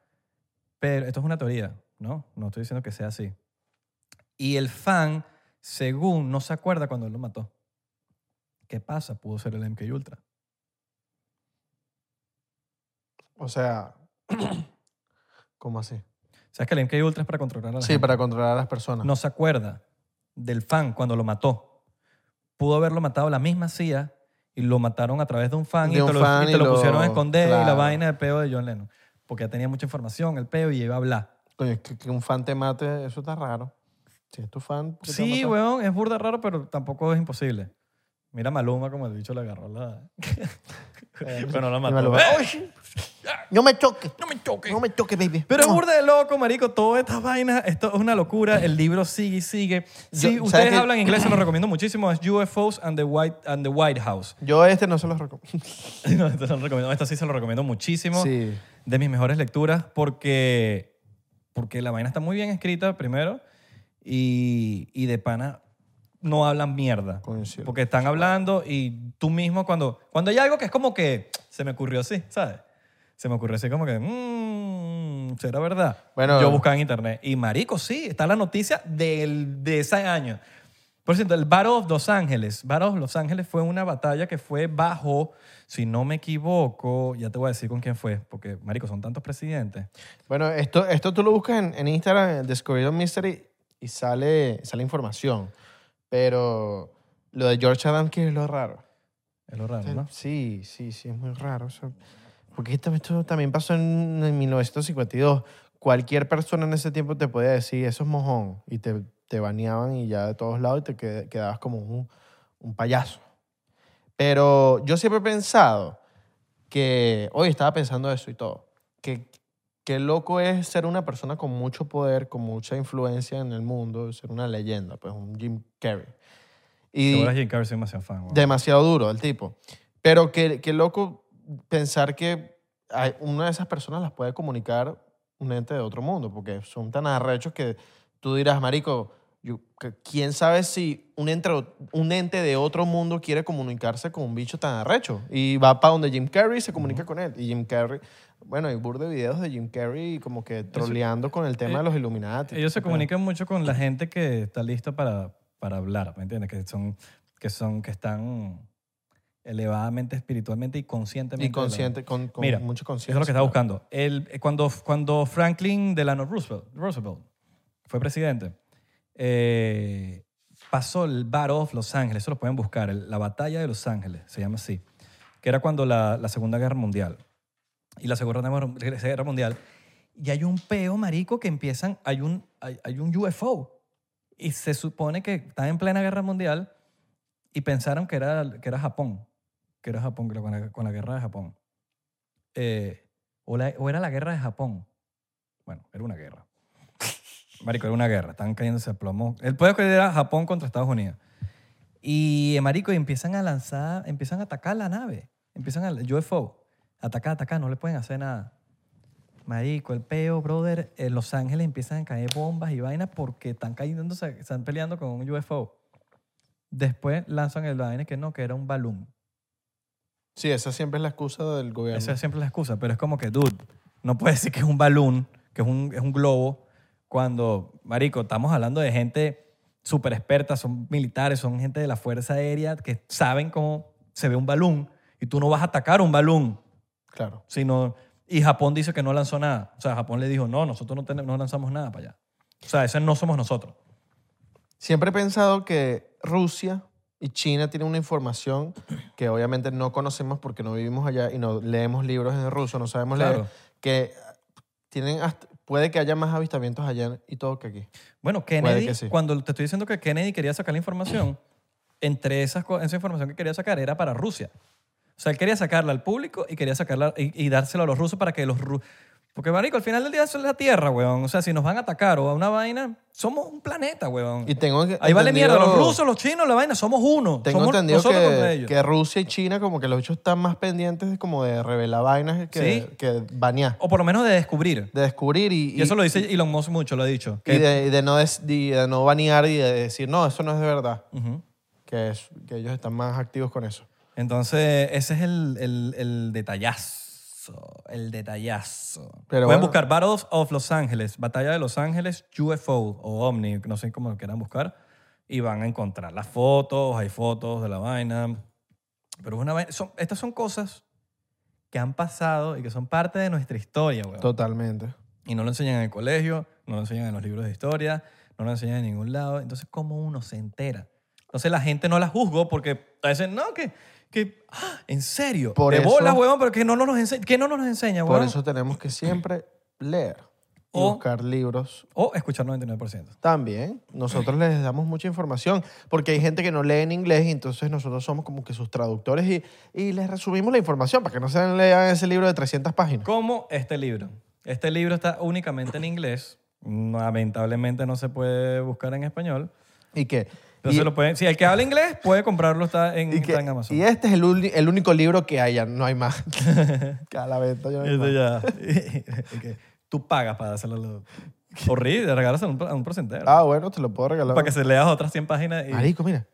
Speaker 2: pero esto es una teoría, ¿no? No estoy diciendo que sea así. Y el fan, según, no se acuerda cuando él lo mató. ¿Qué pasa? Pudo ser el MK Ultra.
Speaker 1: O sea, <coughs> ¿cómo así?
Speaker 2: ¿Sabes que el MK Ultra es para controlar a la
Speaker 1: Sí,
Speaker 2: gente?
Speaker 1: para controlar a las personas.
Speaker 2: No se acuerda del fan cuando lo mató. Pudo haberlo matado la misma CIA y lo mataron a través de un fan,
Speaker 1: De
Speaker 2: y,
Speaker 1: un
Speaker 2: te lo,
Speaker 1: fan
Speaker 2: y te
Speaker 1: y
Speaker 2: lo
Speaker 1: lo-
Speaker 2: pusieron a esconder y la
Speaker 1: claro.
Speaker 2: vaina del peo de John Lennon. Porque ya tenía mucha información, el peo, y iba a hablar.
Speaker 1: Coño, es que, que un fan te mate, eso está raro. Si es tu fan. ¿por qué te va a
Speaker 2: Sí,
Speaker 1: matar?
Speaker 2: weón, es burda raro, pero tampoco es imposible. Mira a Maluma como el bicho le agarró la... <laughs> pero no la
Speaker 1: Y
Speaker 2: mató.
Speaker 1: me lo va- ¡Ay! No me choques.
Speaker 2: ¡No me choques!
Speaker 1: No me choques, baby.
Speaker 2: Pero es
Speaker 1: No.
Speaker 2: burda de loco, marico. Todas estas vainas, esto es una locura. El libro sigue y sigue. Si
Speaker 1: Yo-
Speaker 2: ustedes
Speaker 1: ¿sabes qué?
Speaker 2: hablan inglés, se lo recomiendo muchísimo. Es UFOs and the White, and the White House. <laughs>
Speaker 1: Yo este no se los recomiendo.
Speaker 2: No, esto, se lo recomiendo. esto sí se lo recomiendo muchísimo.
Speaker 1: Sí.
Speaker 2: De mis mejores lecturas porque, porque la vaina está muy bien escrita, primero, y, y de pana no hablan mierda.
Speaker 1: Coño, sí.
Speaker 2: Porque están hablando y tú mismo cuando, cuando hay algo que es como que se me ocurrió así, ¿sabes? Se me ocurrió así como que, mmm, será verdad.
Speaker 1: Bueno.
Speaker 2: Yo buscaba en internet. Y marico, sí, está la noticia del, de ese año. Por cierto, el Battle of Los Ángeles. Battle of Los Ángeles fue una batalla que fue bajo, si no me equivoco, ya te voy a decir con quién fue, porque, marico, son tantos presidentes.
Speaker 1: Bueno, esto, esto tú lo buscas en, en Instagram, en Descubriendo Mystery, y sale, sale información. Pero lo de George Adams, que es lo raro.
Speaker 2: Es lo raro, ¿no?
Speaker 1: Sí, sí, sí, es muy raro. o sea, porque esto, esto también pasó en, en 1952. Cualquier persona en ese tiempo te podía decir, eso es mojón, y te, te baneaban y ya de todos lados y te qued- quedabas como un, un payaso. Pero yo siempre he pensado que, hoy estaba pensando eso y todo, que qué loco es ser una persona con mucho poder, con mucha influencia en el mundo, ser una leyenda, pues un Jim Carrey. Y,
Speaker 2: Seguro Jim Carrey soy demasiado fan. weón.
Speaker 1: demasiado duro el tipo. Pero qué, qué loco pensar que hay- una de esas personas las puede comunicar un ente de otro mundo, porque son tan arrechos que tú dirás, marico, yo- que- ¿quién sabe si un ente, un ente de otro mundo quiere comunicarse con un bicho tan arrecho? Y va para donde Jim Carrey y se comunica con él. Y Jim Carrey, bueno, hay burde videos de Jim Carrey como que troleando con el tema
Speaker 2: eh,
Speaker 1: de los Illuminati.
Speaker 2: Ellos se comunican mucho con la gente que está lista para, para hablar, ¿me entiendes? Que son, que son, que están elevadamente, espiritualmente y conscientemente.
Speaker 1: Y
Speaker 2: de la-
Speaker 1: consciente, con, con
Speaker 2: Mira,
Speaker 1: mucha
Speaker 2: Eso
Speaker 1: conciencia.
Speaker 2: es lo que estaba buscando. El, eh, cuando, cuando Franklin Delano Roosevelt, Roosevelt fue presidente, eh, pasó el Battle of Los Ángeles, eso lo pueden buscar, el- la Batalla de Los Ángeles, se llama así, que era cuando la, la Segunda Guerra Mundial. Y la Segunda Guerra Guerra Mundial, y hay un peo, marico, que empiezan, hay un, hay, hay un UFO. Y se supone que están en plena guerra mundial y pensaron que era, que era Japón, que era Japón, que era con la, con la guerra de Japón. Eh, o, la- o era la guerra de Japón. Bueno, era una guerra. <laughs> Marico, era una guerra. Estaban cayéndose a plomo. El pueblo que era Japón contra Estados Unidos. Y, eh, marico, y empiezan a lanzar, empiezan a atacar la nave. Empiezan al UFO. Atacar, atacar, no le pueden hacer nada. Marico, el peo, brother. En Los Ángeles empiezan a caer bombas y vainas porque están cayendo, se- están peleando con un UFO. Después lanzan el vaina que no, que era un balón.
Speaker 1: Sí, esa siempre es la excusa del gobierno.
Speaker 2: Esa es siempre la excusa, pero es como que, dude, no puedes decir que es un balón, que es un, es un globo, cuando, marico, estamos hablando de gente súper experta, son militares, son gente de la Fuerza Aérea que saben cómo se ve un balón y tú no vas a atacar un balón,
Speaker 1: Claro.
Speaker 2: sino... Y Japón dice que no lanzó nada. O sea, Japón le dijo, no, nosotros no, tenemos- no lanzamos nada para allá. O sea, eso no somos nosotros.
Speaker 1: Siempre he pensado que Rusia y China tienen una información que obviamente no conocemos porque no vivimos allá y no leemos libros en ruso, no sabemos
Speaker 2: Claro.
Speaker 1: leer, que tienen hasta- puede que haya más avistamientos allá y todo que aquí.
Speaker 2: Bueno,
Speaker 1: Puede
Speaker 2: Kennedy,
Speaker 1: que sí.
Speaker 2: cuando te estoy diciendo que Kennedy quería sacar la información, entre esas co- esa información que quería sacar era para Rusia. O sea, él quería sacarla al público y quería sacarla y, y dársela a los rusos para que los rusos... Porque, marico, al final del día eso es la Tierra, weón. O sea, si nos van a atacar o a una vaina, somos un planeta, weón.
Speaker 1: Y tengo
Speaker 2: Ahí vale
Speaker 1: entendido-
Speaker 2: mierda. Los rusos, los chinos, la vaina, somos uno.
Speaker 1: Tengo
Speaker 2: somos
Speaker 1: entendido
Speaker 2: nosotros contra
Speaker 1: que,
Speaker 2: ellos.
Speaker 1: que Rusia y China como que los hechos están más pendientes de como de revelar vainas que,
Speaker 2: Sí.
Speaker 1: que banear,
Speaker 2: O por lo menos de descubrir.
Speaker 1: de descubrir y,
Speaker 2: Y, eso lo dice Elon Musk mucho, lo ha dicho.
Speaker 1: y
Speaker 2: Que,
Speaker 1: de, y de no des- y de no banear y de decir, no, eso no es de verdad,
Speaker 2: Ujú.
Speaker 1: que, es, que ellos están más activos con eso.
Speaker 2: Entonces, ese es el, el, el detallazo. El detallazo.
Speaker 1: Pero
Speaker 2: Pueden
Speaker 1: bueno.
Speaker 2: buscar Battles of Los Ángeles, Batalla de Los Ángeles, UFO o Omni, no sé cómo lo quieran buscar. Y van a encontrar las fotos, hay fotos de la vaina. Pero es una vaina- son- estas son cosas que han pasado y que son parte de nuestra historia, weón.
Speaker 1: Totalmente.
Speaker 2: Y no lo enseñan en el colegio, no lo enseñan en los libros de historia, no lo enseñan en ningún lado. Entonces, ¿cómo uno se entera? Entonces, la gente no la juzgo porque a veces, no, que, que ah, en serio,
Speaker 1: Por
Speaker 2: de
Speaker 1: eso-
Speaker 2: bolas, huevón, pero que no nos, enseña, que no nos enseña,
Speaker 1: Por
Speaker 2: huevón.
Speaker 1: eso tenemos que siempre leer y
Speaker 2: O-
Speaker 1: buscar libros.
Speaker 2: O escuchar 99%.
Speaker 1: También nosotros les damos mucha información porque hay gente que no lee en inglés y entonces nosotros somos como que sus traductores y, y les resumimos la información para que no se lean ese libro de 300 páginas.
Speaker 2: Como este libro. Este libro está únicamente en inglés. Lamentablemente no se puede buscar en español.
Speaker 1: Y que...
Speaker 2: Entonces,
Speaker 1: y-
Speaker 2: lo pueden, si el que habla inglés puede comprarlo, está en,
Speaker 1: Y, que-
Speaker 2: está en Amazon.
Speaker 1: y este es el, uni- el único libro que haya, no hay
Speaker 2: <laughs>
Speaker 1: más. que a la venta ya no hay
Speaker 2: Eso
Speaker 1: más.
Speaker 2: ya. <laughs> Y que tú pagas para hacerlo. lo- Horrible, regalas a un, a un porcentero.
Speaker 1: Ah, bueno, te lo puedo regalar.
Speaker 2: para que se leas otras 100 páginas. Y,
Speaker 1: Marico, mira.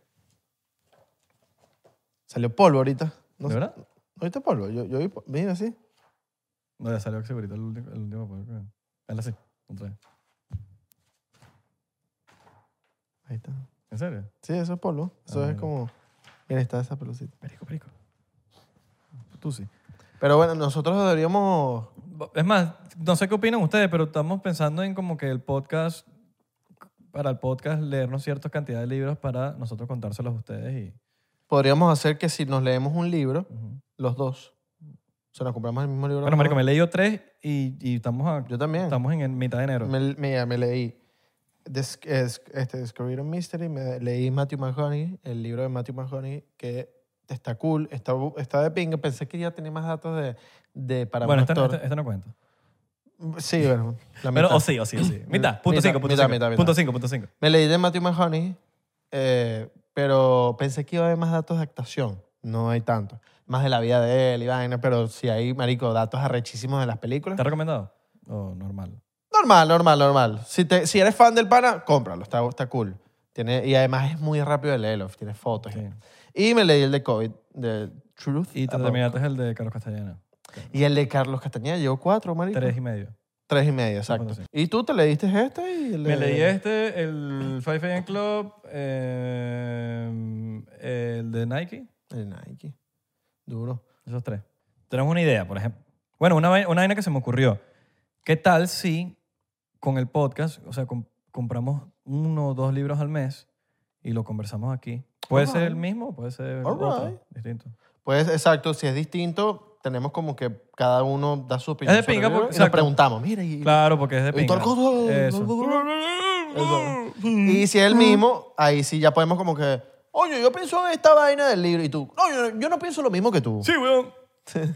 Speaker 1: Salió polvo ahorita. No
Speaker 2: ¿De
Speaker 1: sé-
Speaker 2: verdad?
Speaker 1: ¿No viste polvo? Yo, yo vi, po- mira, sí.
Speaker 2: No, ya salió segurito el último. El último poder que- Hazle así, otra vez.
Speaker 1: Ahí está.
Speaker 2: ¿En serio?
Speaker 1: Sí, eso es polvo. Eso
Speaker 2: Ah,
Speaker 1: es
Speaker 2: mira.
Speaker 1: como... Mira, está esa pelucita.
Speaker 2: Perico, perico. Tú sí.
Speaker 1: Pero bueno, nosotros deberíamos...
Speaker 2: Es más, no sé qué opinan ustedes, pero estamos pensando en como que el podcast, para el podcast, leernos ciertas cantidades de libros para nosotros contárselos a ustedes. Y,
Speaker 1: Podríamos hacer que si nos leemos un libro,
Speaker 2: Ujú.
Speaker 1: los dos, se nos compramos el mismo libro.
Speaker 2: Bueno, Marico,
Speaker 1: me...
Speaker 2: me he leído tres y, y estamos, a-
Speaker 1: Yo también.
Speaker 2: estamos en, en mitad de enero.
Speaker 1: Me, mira, me leí Des- es- este, Discovery on Mystery, me leí Matthew McConaughey, el libro de Matthew McConaughey, que está cool, está, bu- está de pinga. Pensé que ya tenía más datos de, de para
Speaker 2: bueno,
Speaker 1: un
Speaker 2: esta,
Speaker 1: actor.
Speaker 2: esta- esta no cuenta.
Speaker 1: Sí, bueno, la
Speaker 2: Pero,
Speaker 1: mitad.
Speaker 2: o sí, o sí,
Speaker 1: <clears throat>
Speaker 2: o sí. Mitad, punto
Speaker 1: Mitad,
Speaker 2: cinco, punto
Speaker 1: mitad,
Speaker 2: cinco.
Speaker 1: mitad, mitad.
Speaker 2: Punto cinco, punto cinco.
Speaker 1: Me leí de Matthew McConaughey, eh, pero pensé que iba a haber más datos de actuación. No hay tanto. Más de la vida de él y vaina, pero sí hay, marico, datos arrechísimos de las películas.
Speaker 2: ¿Está recomendado? O normal.
Speaker 1: Ah. Oh, Normal, normal, normal. Si, te, si eres fan del pana, cómpralo, está, está cool. Tiene, y además es muy rápido de leerlo, tiene fotos.
Speaker 2: Sí.
Speaker 1: Y me leí el de COVID, de Truth.
Speaker 2: Y te
Speaker 1: About-
Speaker 2: terminaste el de Carlos Castellana.
Speaker 1: y el de Carlos Castañeda, llevo cuatro, marico.
Speaker 2: Tres y medio.
Speaker 1: Tres y medio, exacto.
Speaker 2: Bueno, sí.
Speaker 1: Y tú te leíste este y el de-
Speaker 2: Me leí este, el Five AM Club, eh, el de Nike,
Speaker 1: El Nike. Duro.
Speaker 2: esos tres. Tenemos una idea, por ejemplo. Bueno, una vai- una vaina que se me ocurrió. ¿Qué tal si con el podcast, o sea, com- compramos uno o dos libros al mes y lo conversamos aquí? Puede ser
Speaker 1: Alright.
Speaker 2: el mismo, puede ser
Speaker 1: Alright.
Speaker 2: otro, distinto.
Speaker 1: Pues exacto, si es distinto, tenemos como que cada uno da su opinión.
Speaker 2: Es de
Speaker 1: sobre el
Speaker 2: pinga
Speaker 1: libro
Speaker 2: porque-
Speaker 1: y nos
Speaker 2: exacto.
Speaker 1: preguntamos, mira, y,
Speaker 2: Claro, porque es de
Speaker 1: y
Speaker 2: pinga.
Speaker 1: tal cosa,
Speaker 2: Eso.
Speaker 1: Eso. Y si es el mismo, ahí sí ya podemos como que, oye, yo pienso en esta vaina del libro y tú, no, yo, yo no pienso lo mismo que tú.
Speaker 2: Sí, weón.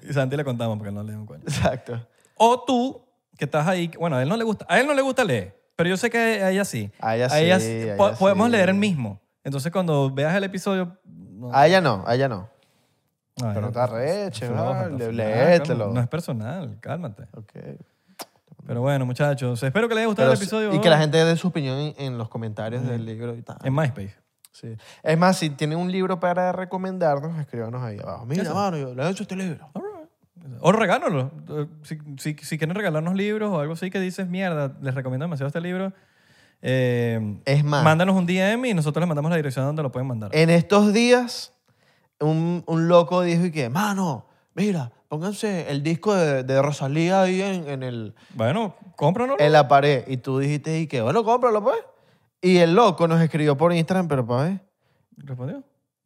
Speaker 2: Y Santi le contamos porque no le dio un cuento.
Speaker 1: Exacto.
Speaker 2: O tú, que estás ahí, que- bueno, a él no le gusta, a él no le gusta leer, pero yo sé que a ella sí.
Speaker 1: A ella sí, a ella
Speaker 2: po-
Speaker 1: sí.
Speaker 2: Podemos leer el mismo. Entonces, cuando veas el episodio. no-
Speaker 1: A ella no, a ella no.
Speaker 2: Ay,
Speaker 1: Ah, pero no te
Speaker 2: pues,
Speaker 1: arreches,
Speaker 2: floja,
Speaker 1: vale,
Speaker 2: floja,
Speaker 1: léetelo.
Speaker 2: calma, No es personal, cálmate.
Speaker 1: Ok.
Speaker 2: Pero bueno, muchachos, espero que les haya gustado
Speaker 1: Pero
Speaker 2: el
Speaker 1: sí-
Speaker 2: episodio.
Speaker 1: y que
Speaker 2: ¿no?
Speaker 1: la gente dé su opinión en, en los comentarios del libro y tal.
Speaker 2: En MySpace.
Speaker 1: Sí. Es más, si tienen un libro para recomendarnos, escríbanos ahí abajo. Mira,
Speaker 2: Eso.
Speaker 1: mano, yo le he hecho este libro.
Speaker 2: All right. O regálalo. Eh, Si, si, si quieren regalarnos libros o algo así que dices, mierda, les recomiendo demasiado este libro, eh,
Speaker 1: Es más, Eh,
Speaker 2: mándanos un DM y nosotros les mandamos la dirección donde lo pueden mandar.
Speaker 1: en estos días, un, un loco dijo y que, mano, mira, pónganse el disco de, de Rosalía ahí en, en el,
Speaker 2: bueno, cómpranos.
Speaker 1: en la pared. Y tú dijiste, y que, bueno, cómpralo, pues. Y el loco nos escribió por Instagram, pero pa' ver,
Speaker 2: ¿Respondió?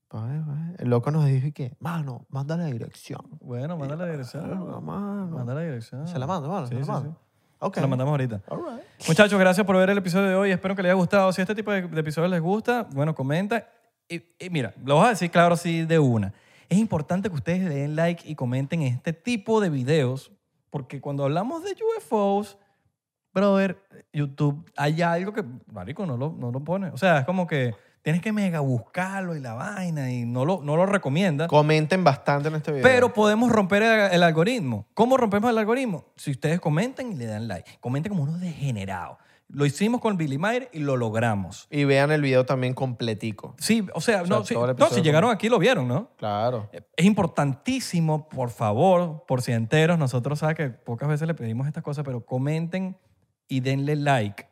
Speaker 1: pa' ver, pa' ver. El loco nos dijo y que, mano, manda la dirección.
Speaker 2: Bueno, manda la
Speaker 1: Verga,
Speaker 2: dirección.
Speaker 1: mano.
Speaker 2: Manda la dirección.
Speaker 1: eh, Se la mando, mano,
Speaker 2: Sí,
Speaker 1: se la
Speaker 2: sí,
Speaker 1: mando.
Speaker 2: sí.
Speaker 1: Ok.
Speaker 2: Se la mandamos ahorita.
Speaker 1: All right.
Speaker 2: Muchachos, gracias por ver el episodio de hoy. Espero que les haya gustado. Si este tipo de, de episodios les gusta, bueno, comenta. Y, y mira, lo voy a decir claro así de una. Es importante que ustedes le den like y comenten este tipo de videos, porque cuando hablamos de UFOs, brother, YouTube, hay algo que, marico, no lo, no lo pone. O sea, es como que tienes que mega buscarlo y la vaina y no lo, no lo recomienda.
Speaker 1: Comenten bastante en este video.
Speaker 2: Pero podemos romper el, el algoritmo. ¿Cómo rompemos el algoritmo? Si ustedes comentan y le dan like. Comenten como unos degenerados. Lo hicimos con Billy Mayer y lo logramos.
Speaker 1: Y vean el video también completico.
Speaker 2: Sí, o sea, no,
Speaker 1: sea,
Speaker 2: sí-
Speaker 1: todo el
Speaker 2: no,
Speaker 1: episodio
Speaker 2: si llegaron aquí lo vieron, ¿no?
Speaker 1: Claro.
Speaker 2: Es importantísimo, por favor, por si enteros, nosotros sabes que pocas veces le pedimos estas cosas, pero comenten y denle like.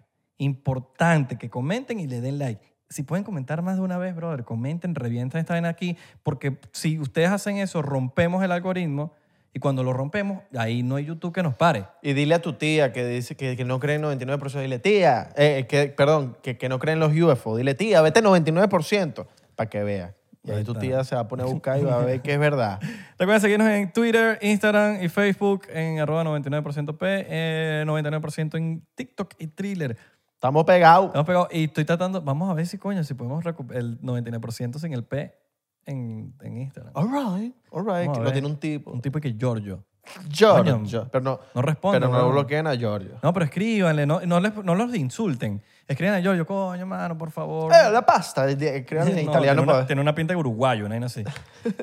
Speaker 2: Importante que comenten y le den like. Si pueden comentar más de una vez, brother, comenten, revientan esta vaina aquí, porque si ustedes hacen eso, rompemos el algoritmo y cuando lo rompemos, ahí no hay YouTube que nos pare.
Speaker 1: Y dile a tu tía que dice que, que no cree en 99%, dile, tía, eh, que, perdón, que, que no cree en los UFO, dile, tía, vete 99% para que vea. Y ahí
Speaker 2: Ahí
Speaker 1: tu
Speaker 2: está.
Speaker 1: tía se va a poner a buscar y va a
Speaker 2: <laughs>
Speaker 1: ver que es verdad.
Speaker 2: Recuerden seguirnos en Twitter, Instagram y Facebook en arroba 99% P, eh, 99% en TikTok y Thriller.
Speaker 1: Estamos pegados.
Speaker 2: Estamos pegados. Y estoy tratando, vamos a ver si coño, si podemos recuperar el 99% sin el P en, en Instagram.
Speaker 1: All right, all right.
Speaker 2: Vamos a
Speaker 1: Que no
Speaker 2: ver.
Speaker 1: tiene un tipo.
Speaker 2: Un tipo que Giorgio.
Speaker 1: Giorgio.
Speaker 2: Coño.
Speaker 1: Gio- Pero no,
Speaker 2: No responde.
Speaker 1: pero no
Speaker 2: weón.
Speaker 1: lo bloqueen a Giorgio.
Speaker 2: No, pero escríbanle, no, no, les- no los insulten. Escriban a Giorgio, coño, mano, por favor.
Speaker 1: Eh, la pasta. de- de- Creo en
Speaker 2: <laughs> No,
Speaker 1: italiano.
Speaker 2: Tiene
Speaker 1: pa'
Speaker 2: una,
Speaker 1: ver.
Speaker 2: tiene una pinta de uruguayo, una
Speaker 1: <laughs>
Speaker 2: vaina así.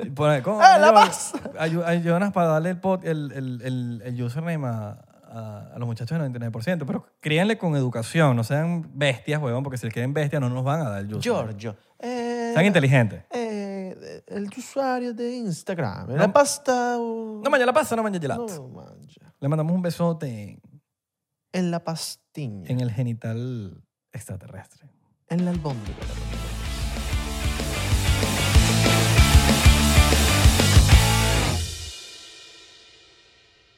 Speaker 2: Y pone, "Coño,
Speaker 1: ¡Eh, la
Speaker 2: Giorgio,
Speaker 1: pasa!
Speaker 2: ayu- Ayúdanos para darle el, pod- el, el, el, el username a, a- a los muchachos del 99%. Pero críanle con educación, no sean bestias, huevón, porque si les quieren bestias no nos van a dar el username.
Speaker 1: Giorgio. eh,
Speaker 2: Sean inteligentes.
Speaker 1: eh, el usuario de Instagram. ¿eh?
Speaker 2: No.
Speaker 1: La pasta. uh,
Speaker 2: No mañana pasa, no mañana gelato.
Speaker 1: no mancha.
Speaker 2: Le mandamos un besote
Speaker 1: En la pastiña.
Speaker 2: en el genital extraterrestre.
Speaker 1: En la albóndiga.